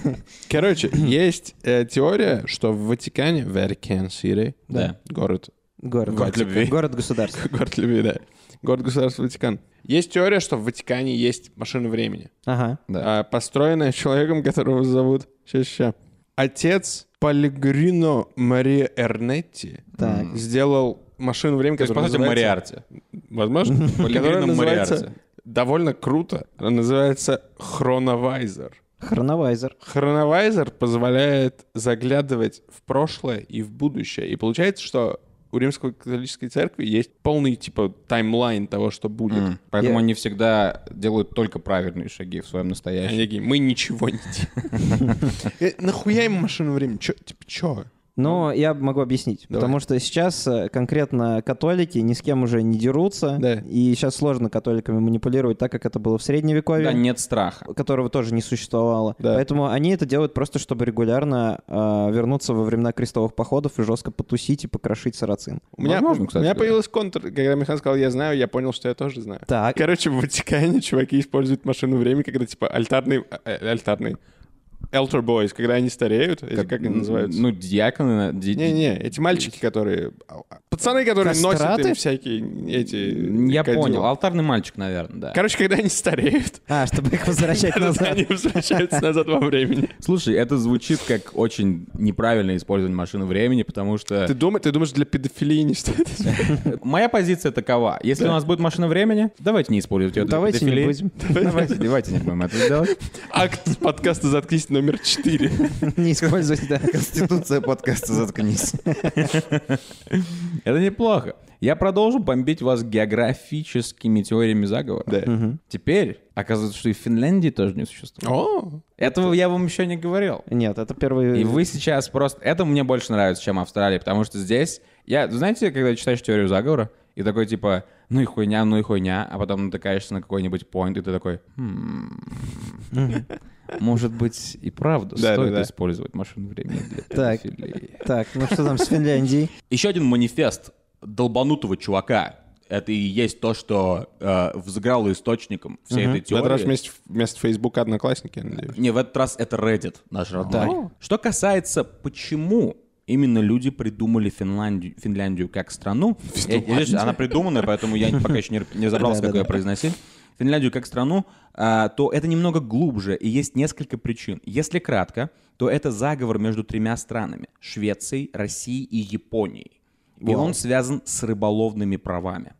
Speaker 5: Короче, есть э, теория, что в Ватикане, Vatican City,
Speaker 4: Да.
Speaker 5: город
Speaker 3: Город.
Speaker 5: Город любви.
Speaker 3: Город государства.
Speaker 5: Город любви, да. Город государства Ватикан. Есть теория, что в Ватикане есть машина времени,
Speaker 3: Ага.
Speaker 5: а, построенная человеком, которого зовут ща, ща. отец Полигрино Мария Эрнетти
Speaker 3: Так.
Speaker 5: сделал машину времени,
Speaker 4: То есть, по
Speaker 5: которая
Speaker 4: сути,
Speaker 5: называется-
Speaker 4: Мариарти.
Speaker 5: Возможно. которая
Speaker 4: Полигрино
Speaker 5: называется
Speaker 4: Мариарти.
Speaker 5: довольно круто. Она называется хроновайзер.
Speaker 3: Хроновайзер.
Speaker 5: Хроновайзер позволяет заглядывать в прошлое и в будущее. И получается, что у римской католической церкви есть полный, типа, таймлайн того, что будет.
Speaker 4: М. Поэтому
Speaker 3: Я-
Speaker 4: они всегда делают только правильные шаги в своем настоящем.
Speaker 5: Они такие, мы ничего не делаем. Э, Нахуя им машину времени? Чё, типа, чё?
Speaker 4: Ну.
Speaker 3: Но я могу объяснить,
Speaker 5: Давай.
Speaker 3: потому что сейчас э, конкретно католики ни с кем уже не дерутся,
Speaker 5: Да.
Speaker 3: и сейчас сложно католиками манипулировать, так как это было в средневековье.
Speaker 4: Да, нет страха.
Speaker 3: которого тоже не существовало.
Speaker 5: Да.
Speaker 3: Поэтому они это делают просто, чтобы регулярно э, вернуться во времена крестовых походов и жестко потусить и покрошить сарацин.
Speaker 5: У меня,
Speaker 4: Возможно,
Speaker 5: у
Speaker 4: кстати,
Speaker 5: меня
Speaker 4: да.
Speaker 5: появилась контр, когда Михаил сказал, я знаю, я понял, что я тоже знаю.
Speaker 3: Так.
Speaker 5: Короче, в Ватикане чуваки используют машину времени, когда, типа, альтарные... э, Альтарные. Elder Boys, когда они стареют, как, как они
Speaker 4: н-
Speaker 5: называются?
Speaker 4: Ну, диаконы... ди-
Speaker 5: Не-не, эти мальчики, которые... а, Пацаны, которые носят
Speaker 3: Кастраты?
Speaker 5: им всякие эти...
Speaker 4: Я
Speaker 5: кадила.
Speaker 4: понял. Алтарный мальчик, наверное, да.
Speaker 5: Короче, когда они стареют,
Speaker 3: А, чтобы их возвращать назад.
Speaker 5: они возвращаются назад во времени.
Speaker 4: Слушай, это звучит как очень неправильное использование машины времени, потому что...
Speaker 5: Ты думаешь, ты думаешь, для педофилии не стоит?
Speaker 4: Моя позиция такова. Если у нас будет машина времени, давайте не использовать ее. для
Speaker 3: Ну, Давайте не
Speaker 4: педофилии.
Speaker 3: будем.
Speaker 4: Давайте, давайте не будем это делать.
Speaker 5: Акт подкаста «Заткнись» номер 4.
Speaker 3: Не использовать, да.
Speaker 4: Конституция подкаста «Заткнись». Это неплохо. Я продолжу бомбить вас географическими теориями заговора. Теперь оказывается, что и Финляндии тоже не существует.
Speaker 5: О,
Speaker 4: Этого я вам еще не говорил.
Speaker 3: Нет, это первый...
Speaker 4: И вы сейчас просто... Это мне больше нравится, чем Австралия, потому что здесь... Я, знаете, когда читаешь теорию заговора, и такой типа, ну и хуйня, ну и хуйня, а потом натыкаешься на какой-нибудь point, и ты такой, «Хм, может быть, и правда
Speaker 5: Да, да,
Speaker 4: стоит
Speaker 5: да.
Speaker 4: использовать машину времени для
Speaker 3: Так.
Speaker 4: педофилии».
Speaker 3: Так, ну что там с Финляндией?
Speaker 4: Еще один манифест долбанутого чувака. Это и есть то, что э, взыграло источником всей этой
Speaker 5: В этот раз
Speaker 4: теории.
Speaker 5: вместо, вместо Фейсбука одноклассники, я надеюсь.
Speaker 4: Не, в этот раз это Reddit, наш родной.
Speaker 3: Так.
Speaker 4: Что касается, почему именно люди придумали Финляндию, Финляндию как страну. Я- я вижу, она придуманная, поэтому я пока еще не, р- не разобрался, как ее произносить. Финляндию как страну, а, то это немного глубже, и есть несколько причин. Если кратко, то это заговор между тремя странами — Швецией, Россией и Японией. И он связан с рыболовными правами.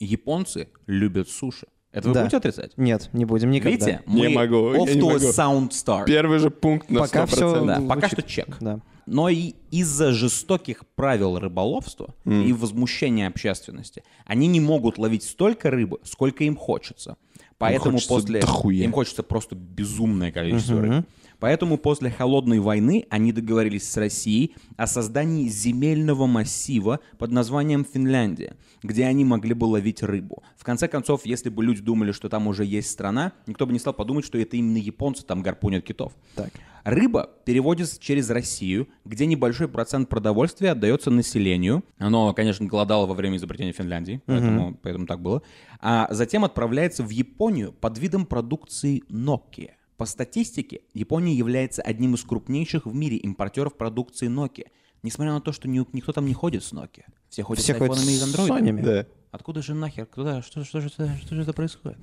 Speaker 4: Японцы любят суши. Это вы
Speaker 3: Да.
Speaker 4: будете отрицать?
Speaker 3: Нет, не будем никогда.
Speaker 4: Видите,
Speaker 5: Не
Speaker 4: мы
Speaker 5: могу, я
Speaker 4: off to
Speaker 5: не
Speaker 4: a
Speaker 5: могу. Ну,
Speaker 4: sound start.
Speaker 5: Первый же пункт на
Speaker 3: Пока
Speaker 5: 100%.
Speaker 3: всё-
Speaker 4: Да,
Speaker 3: звучит.
Speaker 4: пока что чек.
Speaker 3: Да.
Speaker 4: Но и из-за жестоких правил рыболовства и возмущения общественности они не могут ловить столько рыбы, сколько им хочется. Поэтому
Speaker 5: хочется
Speaker 4: после
Speaker 5: дохуя.
Speaker 4: им хочется просто безумное количество рыб. Поэтому после холодной войны они договорились с Россией о создании земельного массива под названием Финляндия, где они могли бы ловить рыбу. В конце концов, если бы люди думали, что там уже есть страна, никто бы не стал подумать, что это именно японцы там гарпунят китов.
Speaker 3: Так.
Speaker 4: Рыба переводится через Россию, где небольшой процент продовольствия отдается населению. Оно, конечно, голодало во время изобретения Финляндии, поэтому, поэтому так было. А затем отправляется в Японию под видом продукции Nokia. По статистике, Япония является одним из крупнейших в мире импортеров продукции Nokia. Несмотря на то, что ни- никто там не ходит с Nokia. Все ходят
Speaker 3: Все
Speaker 4: с
Speaker 3: ходят
Speaker 4: айфонами и
Speaker 3: с
Speaker 4: с андроидами.
Speaker 3: Сонями.
Speaker 5: Да.
Speaker 4: Откуда же нахер? Куда? Что, что, же это- что же это происходит?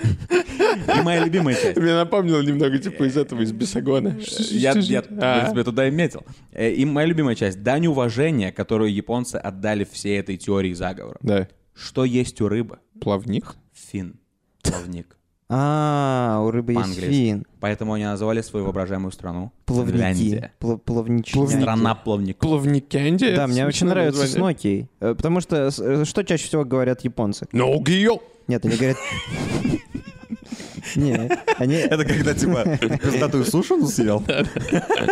Speaker 4: И моя любимая часть.
Speaker 5: Мне напомнило немного, типа, из этого, из Бесогона.
Speaker 4: Я, я- я
Speaker 5: А.
Speaker 4: тебя туда и метил. Э, И моя любимая часть. Дань уважения, которую японцы отдали всей этой теории заговора.
Speaker 5: Да.
Speaker 4: Что есть у рыбы?
Speaker 5: Плавник?
Speaker 4: Фин. Плавник.
Speaker 3: А, у рыбы есть
Speaker 4: По-английски.
Speaker 3: фин.
Speaker 4: Поэтому они назвали свою воображаемую страну
Speaker 3: Плавники.
Speaker 4: Финляндия.
Speaker 3: Пла- Плавнички.
Speaker 4: Страна плавников.
Speaker 5: Плавникянди?
Speaker 3: Да, мне
Speaker 5: ну,
Speaker 3: очень нравится сноки. Э, Потому что с- э, что чаще всего говорят японцы?
Speaker 5: Ноугио!
Speaker 3: Нет, они говорят... Не, они,
Speaker 4: когда, типа, статую суши съел?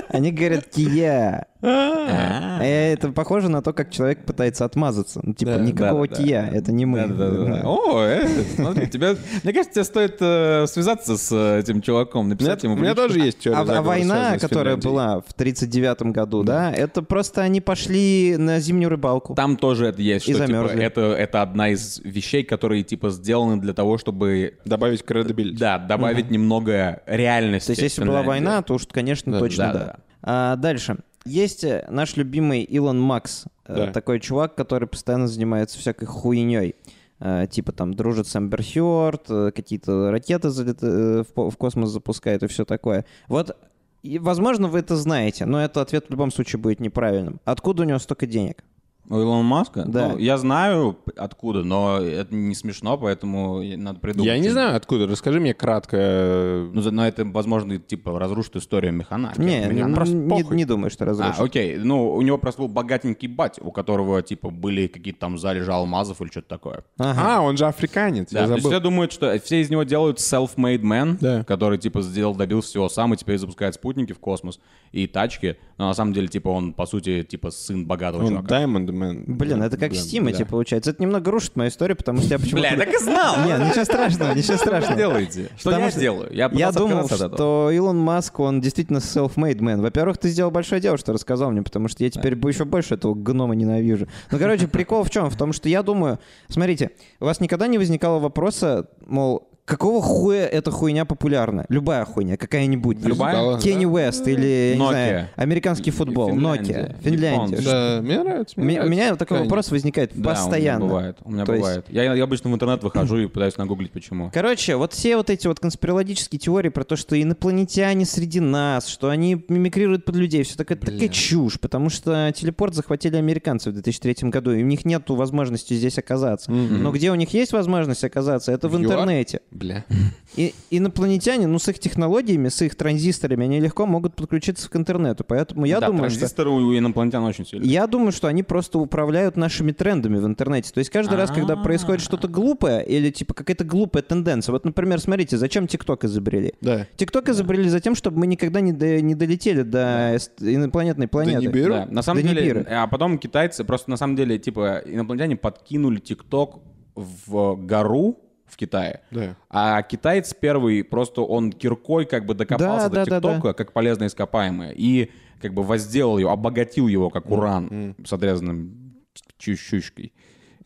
Speaker 3: они говорят кия. Э, Это похоже на то, как человек пытается отмазаться. Ну, типа,
Speaker 5: Да,
Speaker 3: никакого
Speaker 4: да, да.
Speaker 3: тия, это не мы.
Speaker 4: Да-да-да. О, э, смотри, тебя... Мне кажется, тебе стоит э, связаться с э, этим чуваком,
Speaker 5: У меня,
Speaker 4: написать
Speaker 5: у
Speaker 4: ему...
Speaker 5: меня
Speaker 4: лично.
Speaker 5: тоже есть теория
Speaker 3: А, а
Speaker 5: заговора,
Speaker 3: война,
Speaker 5: связанная с
Speaker 3: которая
Speaker 5: Финляндией.
Speaker 3: была в 39 году, да. это просто они пошли на зимнюю рыбалку.
Speaker 4: Там тоже это есть,
Speaker 3: И
Speaker 4: что типа,
Speaker 3: замерзли.
Speaker 4: это, это одна из вещей, которые типа сделаны для того, чтобы
Speaker 5: Добавить кредабилити.
Speaker 4: да, добавить немного реальности.
Speaker 3: То есть, если была война, то уж, конечно,
Speaker 5: Да,
Speaker 3: точно да.
Speaker 4: да, да.
Speaker 3: А, дальше. Есть э, наш любимый Илон Макс, э,
Speaker 5: Да.
Speaker 3: Э, типа э,
Speaker 4: У Илона Маска?
Speaker 3: Да.
Speaker 4: Ну, я знаю откуда, но это не смешно, поэтому надо придумать.
Speaker 5: Я не
Speaker 4: что-нибудь.
Speaker 5: знаю откуда, расскажи мне кратко. э,
Speaker 4: Ну, за- но это, возможно, и, типа разрушит историю механа.
Speaker 3: Не,
Speaker 4: Механ-
Speaker 3: н-
Speaker 5: просто
Speaker 3: не,
Speaker 5: похуй.
Speaker 3: не думаю, что разрушит.
Speaker 4: А, окей. Ну, у него просто был богатенький бать, у которого, типа, были какие-то там залежи алмазов или что-то такое.
Speaker 3: Ага.
Speaker 5: А, он же африканец,
Speaker 4: Да,
Speaker 5: я
Speaker 4: то есть
Speaker 5: забыл.
Speaker 4: все думают, что все из него делают self-made man,
Speaker 5: Да.
Speaker 4: который, типа, сделал, добился всего сам и теперь запускает спутники в космос и тачки. Но на самом деле, типа, он, по сути, типа, сын богатого
Speaker 5: Он
Speaker 4: чувака.
Speaker 5: Diamond Man.
Speaker 3: Блин, это как в
Speaker 5: Блин,
Speaker 3: Стиме,
Speaker 5: да.
Speaker 3: типа, получается. Это немного рушит мою историю, потому что я почему-то...
Speaker 4: Бля, я так и знал!
Speaker 3: Не, ничего страшного, ничего страшного.
Speaker 4: Что делаете? Что
Speaker 3: Потому
Speaker 4: я
Speaker 3: что
Speaker 4: делаю?
Speaker 3: Я
Speaker 4: пытался
Speaker 3: думал,
Speaker 4: А отказаться от этого.
Speaker 3: что Илон Маск, он действительно self-made man. Во-первых, ты сделал большое дело, что рассказал мне, потому что я теперь бы еще больше этого гнома ненавижу. Ну, короче, прикол в чем? В том, что я думаю... Смотрите, у вас никогда не возникало вопроса, мол, какого хуя эта хуйня популярна? Любая хуйня, какая-нибудь.
Speaker 5: Любая?
Speaker 3: Кенни Уэст или, я не
Speaker 4: Nokia.
Speaker 3: знаю, американский футбол,
Speaker 4: Финляндия.
Speaker 3: Nokia, Финляндия.
Speaker 4: Японцы.
Speaker 5: Да, мне нравится.
Speaker 3: У меня, у меня такой
Speaker 5: Конечно.
Speaker 3: вопрос возникает
Speaker 4: Да,
Speaker 3: постоянно.
Speaker 4: У меня бывает. У меня
Speaker 3: То есть-
Speaker 4: бывает. Я, я обычно в интернет выхожу и пытаюсь нагуглить, почему.
Speaker 3: Короче, вот все вот эти вот конспирологические теории про то, что инопланетяне среди нас, что они мимикрируют под людей, все такая, такая чушь, потому что телепорт захватили американцы в 2003 году, и у них нет возможности здесь оказаться. Но где у них есть возможность оказаться, это в,
Speaker 5: В ЮАР?
Speaker 3: интернете.
Speaker 5: Бля.
Speaker 3: И, инопланетяне, ну, с их технологиями, с их транзисторами, они легко могут подключиться к интернету, поэтому я
Speaker 4: Да,
Speaker 3: думаю, что...
Speaker 4: транзисторы у инопланетян очень сильные.
Speaker 3: Я думаю, что они просто управляют нашими трендами в интернете. То есть каждый раз, когда
Speaker 5: А.
Speaker 3: происходит что-то глупое или типа какая-то глупая тенденция. Вот, например, смотрите, зачем ТикТок изобрели?
Speaker 5: Да.
Speaker 3: ТикТок изобрели за тем, чтобы мы никогда не, до- не долетели до эст- инопланетной планеты.
Speaker 5: Нибиру.
Speaker 4: Да, на самом
Speaker 3: До
Speaker 4: деле,
Speaker 3: Нибиру.
Speaker 4: а потом китайцы просто на самом деле, типа, инопланетяне подкинули ТикТок в гору в Китае.
Speaker 5: Да.
Speaker 4: А китаец первый, просто он киркой как бы докопался
Speaker 3: Да,
Speaker 4: до
Speaker 3: да, да,
Speaker 4: ТикТока, как полезное ископаемое, и как бы возделал его, обогатил его, как уран, с отрезанным Э, чу- щучкой.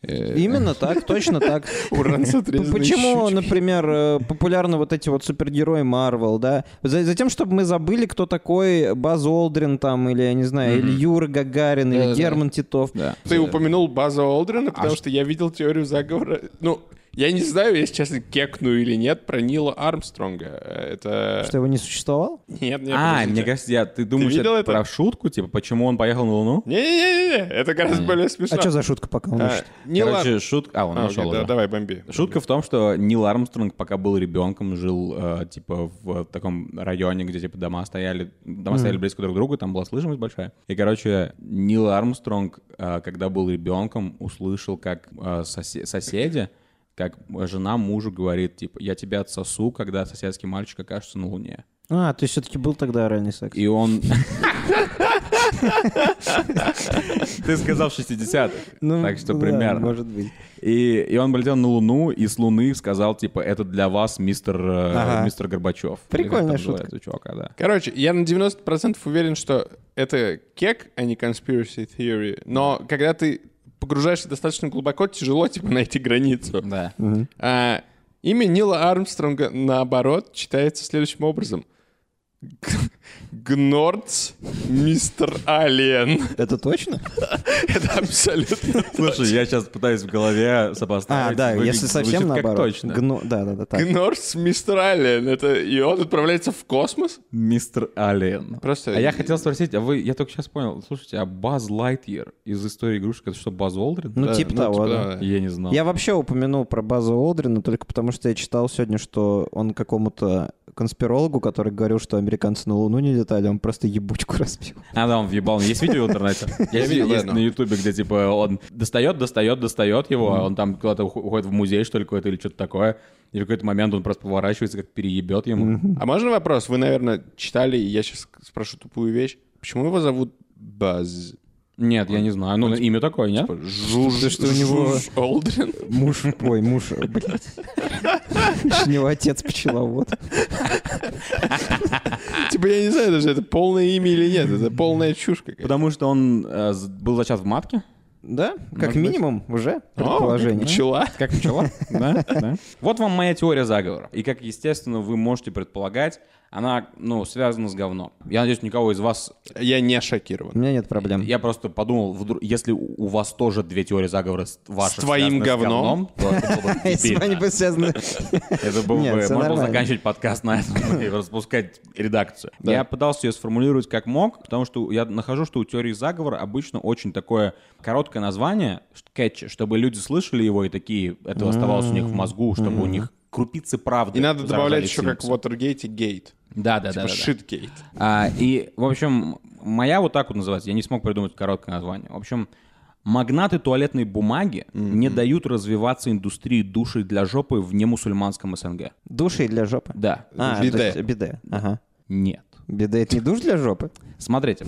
Speaker 3: Именно так, точно так.
Speaker 5: Уран с отрезанной
Speaker 3: Почему,
Speaker 5: щучкой.
Speaker 3: например, э, популярны вот эти вот супергерои Марвел, да? За- Затем, чтобы мы забыли, кто такой Баз Олдрин там, или, я не знаю, или Юра Гагарин, или
Speaker 5: Да-да-да.
Speaker 3: Герман Титов.
Speaker 4: Да.
Speaker 5: Ты упомянул База Олдрина, потому что я видел теорию заговора. Ну, я не знаю, если честно, кекну или нет, про Нила Армстронга. Э, Это...
Speaker 3: Что его не существовало?
Speaker 5: Нет, нет,
Speaker 4: а,
Speaker 5: подождите.
Speaker 4: мне кажется, я, ты думаешь,
Speaker 5: видел
Speaker 4: это
Speaker 5: это?
Speaker 4: про шутку, типа, почему он поехал на Луну?
Speaker 5: Не-не-не, это гораздо более смешно.
Speaker 3: А что за шутка пока он
Speaker 5: А,
Speaker 3: ищет?
Speaker 5: Нил Ар-
Speaker 4: Короче, шутка... А, он
Speaker 5: А, окей,
Speaker 4: нашел
Speaker 5: да,
Speaker 4: уже.
Speaker 5: давай, бомби.
Speaker 4: Шутка в том, что Нил Армстронг, пока был ребенком, жил э, типа в таком районе, где типа дома стояли, дома стояли близко друг к другу, там была слышимость большая. И короче, Нил Армстронг, э, когда был ребенком, услышал, как э, сосе- соседи, как жена мужу говорит, типа, я тебя отсосу, когда соседский мальчик окажется на Луне.
Speaker 3: А, то есть все-таки был тогда оральный секс.
Speaker 4: И он... Ты сказал в 60-х. так что
Speaker 3: ну, да,
Speaker 4: примерно.
Speaker 3: Может быть.
Speaker 4: И, и он полетел на Луну, и с Луны сказал, типа, это для вас мистер, э,
Speaker 3: Ага.
Speaker 4: мистер Горбачев.
Speaker 3: Прикольная
Speaker 4: Или как там
Speaker 3: шутка.
Speaker 4: называется у чувака, да.
Speaker 5: Короче, я на 90% уверен, что это кек, а не conspiracy theory. Но когда ты погружаешься достаточно глубоко, тяжело типа найти границу.
Speaker 4: Да.
Speaker 5: А, имя Нила Армстронга, наоборот, читается следующим образом. Г- Гнорц мистер Ален.
Speaker 3: Это точно?
Speaker 5: Это абсолютно
Speaker 4: Слушай, я сейчас пытаюсь в голове
Speaker 3: А,
Speaker 4: сопоставить.
Speaker 3: да,
Speaker 4: Выглядит-
Speaker 3: если совсем
Speaker 4: звучит
Speaker 3: наоборот.
Speaker 4: Как точно.
Speaker 3: Гно- Да, да, да, так.
Speaker 5: Гнорц мистер Ален. Это... И он отправляется в космос?
Speaker 4: Мистер Ален.
Speaker 5: Просто-
Speaker 4: А я хотел спросить, а вы, я только сейчас понял, слушайте, а Баз Лайтьер из истории игрушек, это что, Баз Олдрин?
Speaker 3: Ну, типа того, да.
Speaker 4: Я не знал.
Speaker 3: Я вообще упомянул про базу Олдрина только потому, что я читал сегодня, что он какому-то конспирологу, который говорил, что американцы на Луну не летали, он просто ебучку разбил.
Speaker 4: А, да, он въебал. Есть видео в интернете? Есть
Speaker 5: видел,
Speaker 4: видео есть
Speaker 5: да,
Speaker 4: на
Speaker 5: но-
Speaker 4: Ютубе, где, типа, он достает, достает, достает его, а он там куда-то ух- уходит в музей, что ли, какой-то, или что-то такое. И в какой-то момент он просто поворачивается, как переебет ему.
Speaker 5: А можно вопрос? Вы, наверное, читали, и я сейчас спрошу тупую вещь. Почему его зовут Баз.
Speaker 4: Нет, я не знаю. Ну, имя такое, нет?
Speaker 5: типа, Жуж,
Speaker 3: Ты что, у него-
Speaker 5: Жуж Олдрин.
Speaker 3: Муж, ой, муж, блядь. У него отец пчеловод.
Speaker 5: Типа, я не знаю даже, это полное имя или нет. Это полная чушь какая-то.
Speaker 4: Потому что он э, с- был зачат в матке.
Speaker 3: Да, как
Speaker 4: быть.
Speaker 3: минимум уже
Speaker 5: О,
Speaker 3: предположение.
Speaker 5: пчела.
Speaker 4: Как пчела. Да, да. Вот вам моя теория заговора. И как, естественно, вы можете предполагать, она, ну, связана с говном. Я надеюсь, никого из вас...
Speaker 5: Я не
Speaker 3: У
Speaker 4: Ну,
Speaker 5: шокирован.
Speaker 3: меня нет проблем.
Speaker 4: Я просто подумал, вдруг- если у вас тоже две теории заговора с- ваших
Speaker 5: твоим
Speaker 4: связаны
Speaker 5: говном?
Speaker 4: с говном, то это было бы
Speaker 3: Если бы
Speaker 4: дебильно.
Speaker 3: они были связаны-
Speaker 4: Это был
Speaker 3: Нет,
Speaker 4: бы... Можно
Speaker 3: всё
Speaker 4: было
Speaker 3: нормально.
Speaker 4: заканчивать подкаст на этом и распускать редакцию. Я пытался ее сформулировать как мог, потому что я нахожу, что у теории заговора обычно очень такое короткое название, кэтч, чтобы люди слышали его и такие... Это оставалось у них в мозгу, чтобы у них крупицы правды.
Speaker 5: М-м-м. И надо
Speaker 4: заражали
Speaker 5: добавлять еще как в
Speaker 4: Симпсонов.
Speaker 5: Watergate и Gate.
Speaker 4: Да, да, да,
Speaker 5: Типа
Speaker 4: да. да.
Speaker 5: Shitgate.
Speaker 4: А, и, в общем, моя вот так вот называется. Я не смог придумать короткое название. В общем, магнаты туалетной бумаги не дают развиваться индустрии души для жопы в немусульманском СНГ.
Speaker 3: Души для жопы.
Speaker 4: Да.
Speaker 3: А,
Speaker 5: Биде.
Speaker 3: то есть биде. Ага.
Speaker 4: Нет.
Speaker 3: Биде это не душ для жопы?
Speaker 4: Смотрите.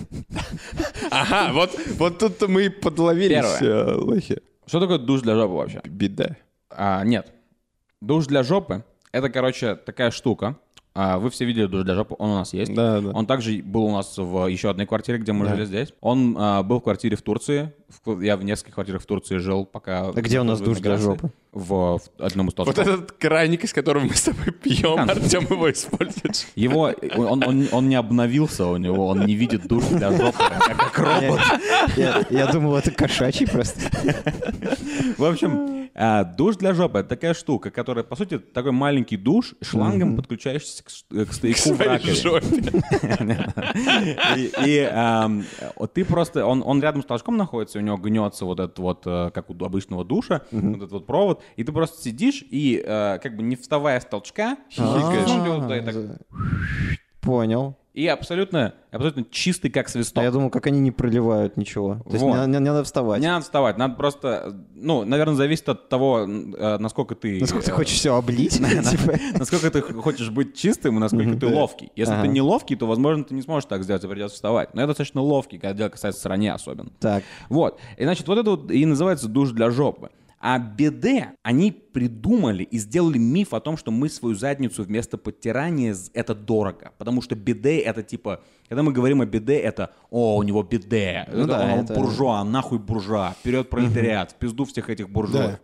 Speaker 5: Ага, вот, вот тут-то мы и подловились, э, лохи.
Speaker 4: Что такое душ для жопы вообще?
Speaker 5: Беда.
Speaker 4: А, нет. Душ для жопы — это, короче, такая штука. А, вы все видели душ для жопы, он у нас есть.
Speaker 5: Да,
Speaker 3: Типа.
Speaker 5: да.
Speaker 4: Он также был у нас в еще одной квартире, где мы жили здесь. Он а, был в квартире в Турции. В ква- я в нескольких квартирах в Турции жил, пока...
Speaker 3: А где у нас
Speaker 4: в
Speaker 3: душ для
Speaker 4: эмиграции.
Speaker 3: жопы?
Speaker 4: В, в одном из толстых.
Speaker 5: Вот этот краник, из которого мы с тобой пьем, Артем его использует.
Speaker 4: Его, он, он, он не обновился у него, он не видит душ для жопы, как робот.
Speaker 3: Я я думал, это кошачий просто.
Speaker 4: В общем, а, душ для жопы — это такая штука, которая, по сути, такой маленький душ, шлангом подключаешься к, ш- э, к стояку в
Speaker 5: Своей
Speaker 4: раковине.
Speaker 5: жопе.
Speaker 4: И, и, ам, вот ты просто, он, он рядом с толчком находится, у него гнется вот этот вот, э, как у обычного душа, вот этот вот провод, и ты просто сидишь и, э, как бы не вставая с толчка,
Speaker 5: Хихикаешь.
Speaker 4: ну, ты вот так- так-
Speaker 3: А, Понял.
Speaker 4: и абсолютно, абсолютно чистый, как
Speaker 3: А
Speaker 4: свисток.
Speaker 3: я думал, как они не проливают ничего. То есть
Speaker 4: Вот.
Speaker 3: не на- не надо вставать.
Speaker 4: Не надо вставать, надо просто, ну, наверное, зависит от того, э, насколько ты...
Speaker 3: Насколько ты
Speaker 4: э,
Speaker 3: хочешь все облить? типа.
Speaker 4: Насколько ты хочешь быть чистым и насколько ты ловкий. Если
Speaker 3: Ага.
Speaker 4: ты не ловкий, то, возможно, ты не сможешь так сделать, и придется вставать. Но я достаточно ловкий, когда дело касается сранья особенно.
Speaker 3: Так.
Speaker 4: Вот. И, значит, вот это вот и называется душ для жопы. А беде они придумали и сделали миф о том, что мы свою задницу вместо подтирания з- это дорого. Потому что беде это типа, когда мы говорим о беде, это о, у него беде,
Speaker 3: Ну
Speaker 4: это
Speaker 3: да,
Speaker 4: он
Speaker 3: это-
Speaker 4: буржуа, нахуй буржуа, вперед пролетариат, в пизду всех этих буржуев.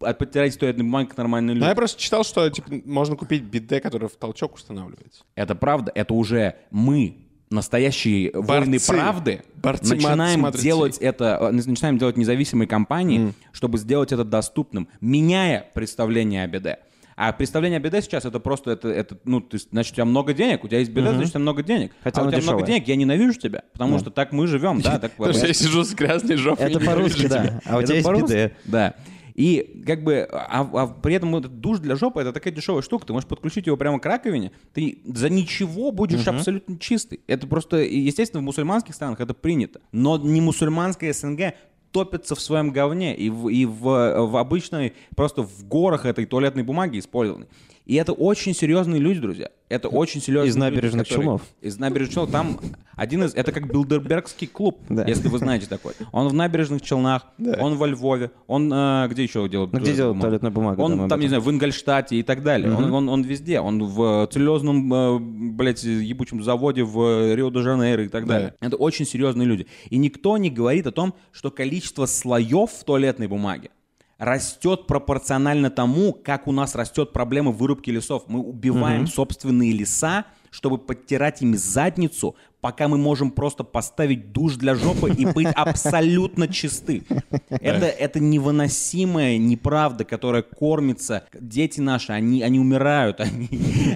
Speaker 4: От подтирать туалетной бумаги к нормальной
Speaker 3: Ну,
Speaker 5: Но Ну, я просто читал, что типа, можно купить биде, который в толчок устанавливается.
Speaker 4: Это правда, это уже мы, настоящие войны
Speaker 5: Борцы.
Speaker 4: правды,
Speaker 5: Борцы,
Speaker 4: начинаем
Speaker 5: мат- смотрите.
Speaker 4: делать это, э, начинаем делать независимые компании, чтобы сделать это доступным, меняя представление о беде. А представление о беде сейчас это просто это, это ну ты, с- значит у тебя много денег, у тебя есть беда, значит у тебя много денег.
Speaker 3: Хотя
Speaker 4: а у
Speaker 3: оно
Speaker 4: тебя много
Speaker 3: дешевое.
Speaker 4: денег, я ненавижу тебя, потому что так мы живем, да, так
Speaker 5: Потому что я сижу с грязной жопой.
Speaker 3: Это
Speaker 5: не
Speaker 3: по-русски,
Speaker 5: вижу тебя.
Speaker 3: да. А у
Speaker 4: Это
Speaker 3: тебя есть
Speaker 4: по-русски?
Speaker 3: биде.
Speaker 4: Да. И как бы, а, а при этом вот этот душ для жопы это такая дешевая штука, ты можешь подключить его прямо к раковине, ты за ничего будешь абсолютно чистый. Это просто, и, естественно, в мусульманских странах это принято. Но не мусульманская СНГ топятся в своем говне и в, и в, в обычной, просто в горах этой туалетной бумаги использованной. И это очень серьезные люди, друзья. Это очень серьезные люди,
Speaker 3: набережных
Speaker 4: которые-
Speaker 3: Челнов.
Speaker 4: Из набережных Челнов. Там один из... Это как Билдербергский клуб,
Speaker 3: Да.
Speaker 4: если вы знаете такой. Он в набережных Челнах, он во Львове, он э, где еще делают?
Speaker 3: Ну, где
Speaker 4: э,
Speaker 3: делают
Speaker 4: бумагу?
Speaker 3: туалетную бумагу, да, мы
Speaker 4: Он
Speaker 3: об
Speaker 4: там, не
Speaker 3: этом.
Speaker 4: знаю, в Ингольштадте и так далее. Он, он, он везде. Он в э, целлюлозном, э, блядь, ебучем заводе в э, Рио-де-Жанейро и так далее. Это очень серьезные люди. И никто не говорит о том, что количество слоев в туалетной бумаге растет пропорционально тому, как у нас растет проблема вырубки лесов. Мы убиваем собственные леса, чтобы подтирать ими задницу, пока мы можем просто поставить душ для жопы и быть абсолютно чисты. Это, это невыносимая неправда, которая кормится. Дети наши, они, они умирают, они,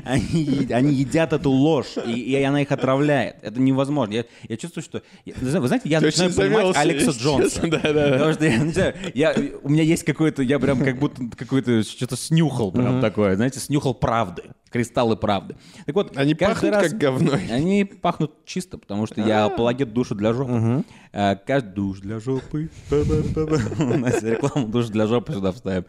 Speaker 4: они, они едят эту ложь, и, и она их отравляет. Это невозможно. Я, я чувствую, что... я- вы знаете, я
Speaker 5: Ты
Speaker 4: начинаю
Speaker 5: очень
Speaker 4: понимать
Speaker 5: завелся,
Speaker 4: Алекса
Speaker 5: если
Speaker 4: Джонса.
Speaker 5: честно, Да-да-да.
Speaker 4: Потому что я, не знаю, я- у меня есть какое-то, я прям как будто какое-то что-то снюхал прям такое, знаете, снюхал правды, кристаллы правды. Так вот,
Speaker 5: Они
Speaker 4: каждый
Speaker 5: пахнут
Speaker 4: раз-
Speaker 5: как говно.
Speaker 4: Они пахнут чисто, потому что я
Speaker 3: А.
Speaker 4: апологет душу для жопы. А, Каждый душ для жопы. Та-да-да-да. У нас рекламу душ для жопы сюда вставим.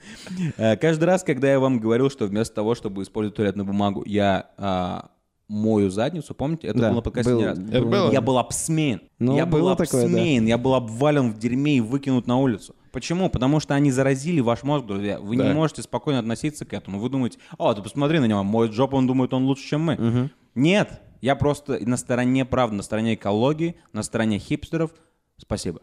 Speaker 4: Э, А, Каждый раз, когда я вам говорил, что вместо того, чтобы использовать туалетную бумагу, я а, мою задницу, помните? Это
Speaker 3: Да,
Speaker 4: было на подкасте
Speaker 3: был-
Speaker 4: не раз.
Speaker 5: Это было?
Speaker 4: Я был обсмеян.
Speaker 3: Ну,
Speaker 4: я был
Speaker 3: было такое, да.
Speaker 4: обсмеян, я был обвален в дерьме и выкинут на улицу. Почему? Потому что они заразили ваш мозг, друзья. Вы не
Speaker 5: Да.
Speaker 4: можете спокойно относиться к этому. Вы думаете, о, ты посмотри на него, мой джоб, он думает, он лучше, чем мы. Нет, я просто на стороне правды, на стороне экологии, на стороне хипстеров. Спасибо.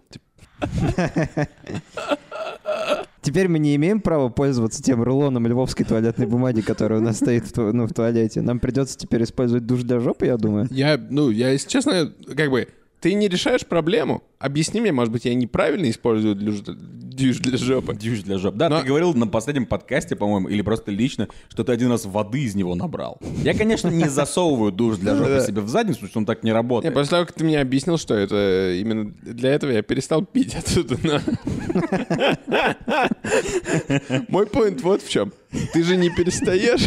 Speaker 3: Теперь мы не имеем права пользоваться тем рулоном львовской туалетной бумаги, которая у нас стоит в, ту- ну, в туалете. Нам придется теперь использовать душ для жопы, я думаю.
Speaker 5: Я, ну, я, если честно, как бы, ты не решаешь проблему. Объясни мне, может быть, я неправильно использую для ж- дюж для жопы.
Speaker 4: Дюж для жоп. Да,
Speaker 5: Но-
Speaker 4: ты говорил на последнем подкасте, по-моему, или просто лично, что ты один раз воды из него набрал. Я, конечно, не засовываю душ для жопы себе в задницу, потому что он так не
Speaker 5: Не,
Speaker 4: работает.
Speaker 5: после того, как ты мне объяснил, что это именно для этого, я перестал пить отсюда. но- Мой поинт вот в чем. Ты же не перестаешь.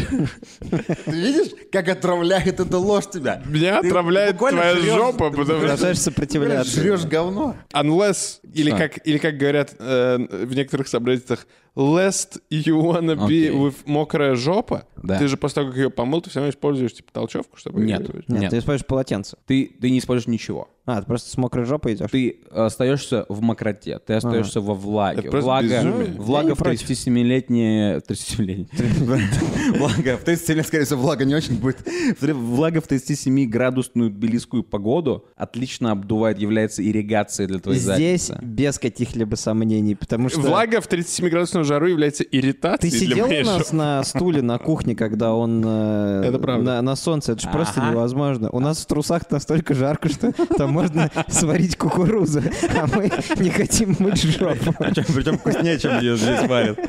Speaker 4: Ты видишь, как отравляет эта ложь тебя?
Speaker 5: Меня
Speaker 4: Ты
Speaker 5: отравляет
Speaker 4: буквально
Speaker 5: твоя
Speaker 4: жрёшь-
Speaker 5: жопа, потому что...
Speaker 3: Продолжаешь сопротивляться.
Speaker 4: Жрешь говно.
Speaker 5: Unless, или
Speaker 4: А.
Speaker 5: как, или как говорят э, в некоторых событиях, lest you wanna be
Speaker 4: Окей.
Speaker 5: with мокрая жопа.
Speaker 4: Да.
Speaker 5: Ты же после того, как ее помыл, ты все равно используешь типа толчевку, чтобы...
Speaker 4: Нет.
Speaker 5: её-
Speaker 3: Нет,
Speaker 4: Нет.
Speaker 3: ты используешь полотенце.
Speaker 4: Ты, ты не используешь ничего.
Speaker 3: А, ты просто с мокрой жопой идешь.
Speaker 4: Ты остаешься в мокроте, ты остаешься во влаге.
Speaker 5: Это просто
Speaker 4: влага,
Speaker 5: безумие.
Speaker 3: Я
Speaker 4: влага
Speaker 3: не
Speaker 4: в
Speaker 3: против.
Speaker 4: 37-летней... 37-летней. Влага в 37 лет, скорее всего, влага не очень будет. Влага в 37-градусную белискую погоду отлично обдувает, является ирригацией для твоей
Speaker 3: Здесь
Speaker 4: задницы.
Speaker 3: без каких-либо сомнений, потому что...
Speaker 5: Влага в 37-градусную жару является
Speaker 3: Ты
Speaker 5: ирритацией для
Speaker 3: сидел у
Speaker 5: моей
Speaker 3: нас
Speaker 5: жопы.
Speaker 3: на стуле на кухне, когда он э,
Speaker 5: Это правда.
Speaker 3: На, на солнце, это же просто
Speaker 4: Ага.
Speaker 3: невозможно. У нас в трусах настолько жарко, что там можно сварить кукурузу, а мы не хотим мыть жопу.
Speaker 4: Причем, причем вкуснее, чем ее здесь варят.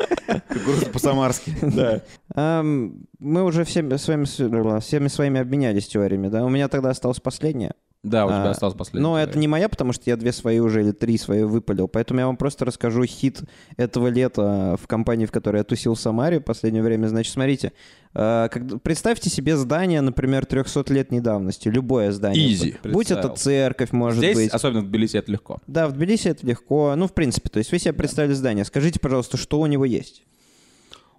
Speaker 4: Кукуруза по-самарски.
Speaker 5: Да.
Speaker 3: Ам, Мы уже всеми своими, с- ну, всеми своими обменялись теориями, да? У меня тогда осталась последняя.
Speaker 4: Да, у тебя
Speaker 3: А,
Speaker 4: осталось последний.
Speaker 3: Но это не моя, потому что я две свои уже или три свои выпалил. Поэтому я вам просто расскажу хит этого лета в компании, в которой я тусил в Самаре в последнее время. Значит, смотрите, э, как- представьте себе здание, например, 300-летней давности, любое здание.
Speaker 5: Изи.
Speaker 3: Будь это
Speaker 4: Представил.
Speaker 3: церковь, может
Speaker 4: Здесь,
Speaker 3: быть.
Speaker 4: особенно в Тбилиси, это легко.
Speaker 3: Да, в Тбилиси это легко. Ну, в принципе, то есть вы себе представили здание. Скажите, пожалуйста, что у него есть?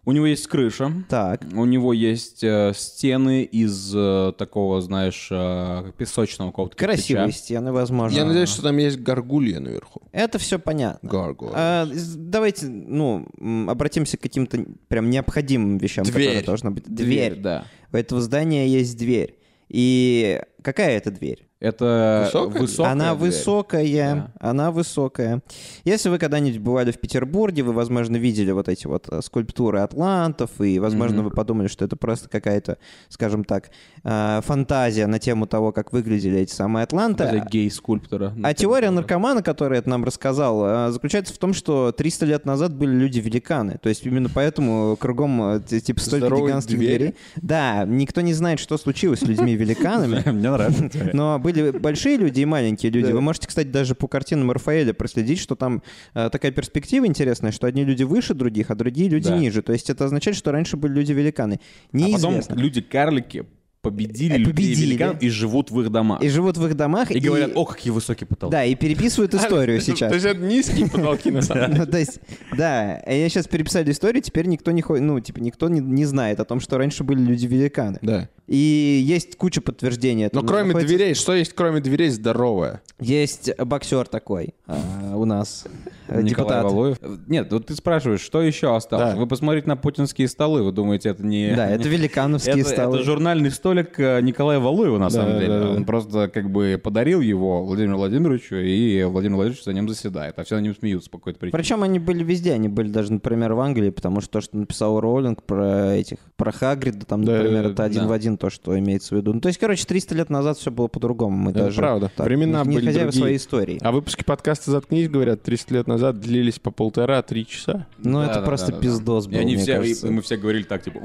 Speaker 4: У него есть крыша.
Speaker 3: Так,
Speaker 4: У него есть э, стены из э, такого, знаешь, э, песочного какого-то
Speaker 3: красивые
Speaker 4: кирпича.
Speaker 3: стены, возможно.
Speaker 5: Я надеюсь, что там есть горгулья наверху.
Speaker 3: Это все понятно.
Speaker 5: Гаргулья.
Speaker 3: А, из- давайте, ну, м, обратимся к каким-то прям необходимым вещам, которые
Speaker 5: Дверь.
Speaker 3: должны быть. Дверь.
Speaker 4: да.
Speaker 3: У этого здания есть дверь. И какая это дверь?
Speaker 4: Это
Speaker 5: Высокая?
Speaker 4: высокая,
Speaker 3: она
Speaker 4: дверь.
Speaker 3: высокая,
Speaker 4: Да.
Speaker 3: она высокая. Если вы когда-нибудь бывали в Петербурге, вы, возможно, видели вот эти вот э, скульптуры атлантов, и, возможно, вы подумали, что это просто какая-то, скажем так, э, фантазия на тему того, как выглядели эти самые атланты.
Speaker 4: Это гей-скульптора. Ну,
Speaker 3: А теория наркомана, которая это нам рассказала, э, заключается в том, что 300 лет назад были люди-великаны. То есть именно поэтому кругом э, т- типа столько
Speaker 5: Здоровые
Speaker 3: гигантских
Speaker 5: двери.
Speaker 3: дверей. Да, никто не знает, что случилось с людьми-великанами.
Speaker 4: Мне нравится.
Speaker 3: Но были большие люди и маленькие люди. Вы можете, кстати, даже по картинам Рафаэля проследить, что там э, такая перспектива интересная, что одни люди выше других, а другие люди
Speaker 4: Да.
Speaker 3: ниже. То есть это означает, что раньше были люди-великаны.
Speaker 4: А потом
Speaker 3: Неизвестно.
Speaker 4: люди-карлики победили
Speaker 3: Э,
Speaker 4: людей
Speaker 3: победили.
Speaker 4: великанов и живут в их домах.
Speaker 3: И живут в их домах.
Speaker 4: И говорят, о, какие высокие потолки.
Speaker 3: Да, и переписывают историю сейчас.
Speaker 5: То есть это низкие потолки на самом деле.
Speaker 3: Ну, то есть, да, а я сейчас переписали историю, теперь никто не ходит, ну, типа, никто не, не знает о том, что раньше были люди-великаны.
Speaker 5: Да.
Speaker 3: И есть куча подтверждений
Speaker 5: Но
Speaker 3: этому.
Speaker 5: кроме
Speaker 3: Находится-
Speaker 5: дверей, что есть кроме дверей здоровое?
Speaker 3: Есть боксер такой а, у нас, э,
Speaker 4: Николай
Speaker 3: депутат.
Speaker 4: Валуев. Нет, вот ты спрашиваешь, что еще осталось?
Speaker 5: Да.
Speaker 4: Вы посмотрите на путинские столы, вы думаете, это не...
Speaker 3: Да, это великановские
Speaker 4: это,
Speaker 3: столы.
Speaker 4: это журнальный столик э, Николая Валуева, на самом
Speaker 5: да,
Speaker 4: деле.
Speaker 5: да.
Speaker 4: Он просто как бы подарил его Владимиру Владимировичу, и Владимир Владимирович за ним заседает, а все на ним смеются по какой-то причине.
Speaker 3: Причем они были везде, они были даже, например, в Англии, потому что то, что написал Роулинг про этих, про Хагрида, там,
Speaker 5: Да,
Speaker 3: например,
Speaker 5: да,
Speaker 3: это один
Speaker 4: да.
Speaker 3: в один то, что имеется в виду. Ну, то есть, короче, 300 лет назад все было по-другому. Мы
Speaker 5: Это
Speaker 3: даже
Speaker 5: правда. Времена
Speaker 3: не
Speaker 5: были
Speaker 3: хозяева
Speaker 5: другие.
Speaker 3: своей истории.
Speaker 5: А выпуски подкаста «Заткнись», говорят, 30 лет назад длились по полтора-три часа.
Speaker 3: Ну, это
Speaker 4: Да-да-да-да-да.
Speaker 3: просто пиздос был,
Speaker 4: И они
Speaker 3: мне
Speaker 4: все, и
Speaker 3: кажется.
Speaker 4: мы все говорили так, типа...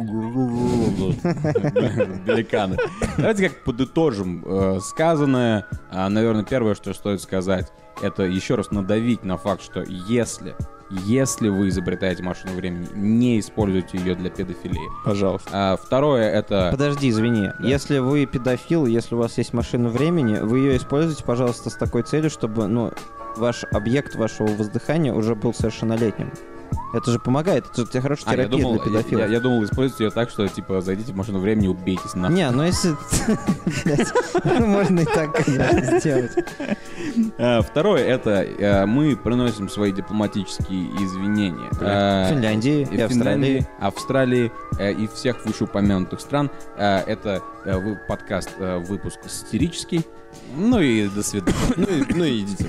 Speaker 4: Великаны. Давайте как подытожим э, сказанное. А, Наверное, первое, что стоит сказать, это еще раз надавить на факт, что если... Если вы изобретаете машину времени, не используйте ее для педофилии.
Speaker 5: Пожалуйста.
Speaker 4: А, второе это...
Speaker 3: Подожди, извини. Если вы педофил, если у вас есть машина времени, вы ее используете, пожалуйста, с такой целью, чтобы, ну, ваш объект вашего воздыхания уже был совершеннолетним. Это же помогает, это же тебе
Speaker 4: А,
Speaker 3: хорошая
Speaker 4: я
Speaker 3: терапия
Speaker 4: думал,
Speaker 3: для педофилов.
Speaker 4: я- я думал, использовать ее так, что, типа, зайдите в машину времени, убейтесь на...
Speaker 3: Не, ну если... Блядь, ну, Можно и так, конечно, сделать.
Speaker 4: А, Второе это э, мы приносим свои дипломатические извинения.
Speaker 3: В
Speaker 4: Э,
Speaker 3: Финляндии
Speaker 4: и
Speaker 3: и Австралии.
Speaker 4: Финляндии, Австралии э, и всех вышеупомянутых стран. Э, Это э, вы- подкаст, э, выпуск истерический. Ну и до свидания.
Speaker 5: Ну и- ну и идите.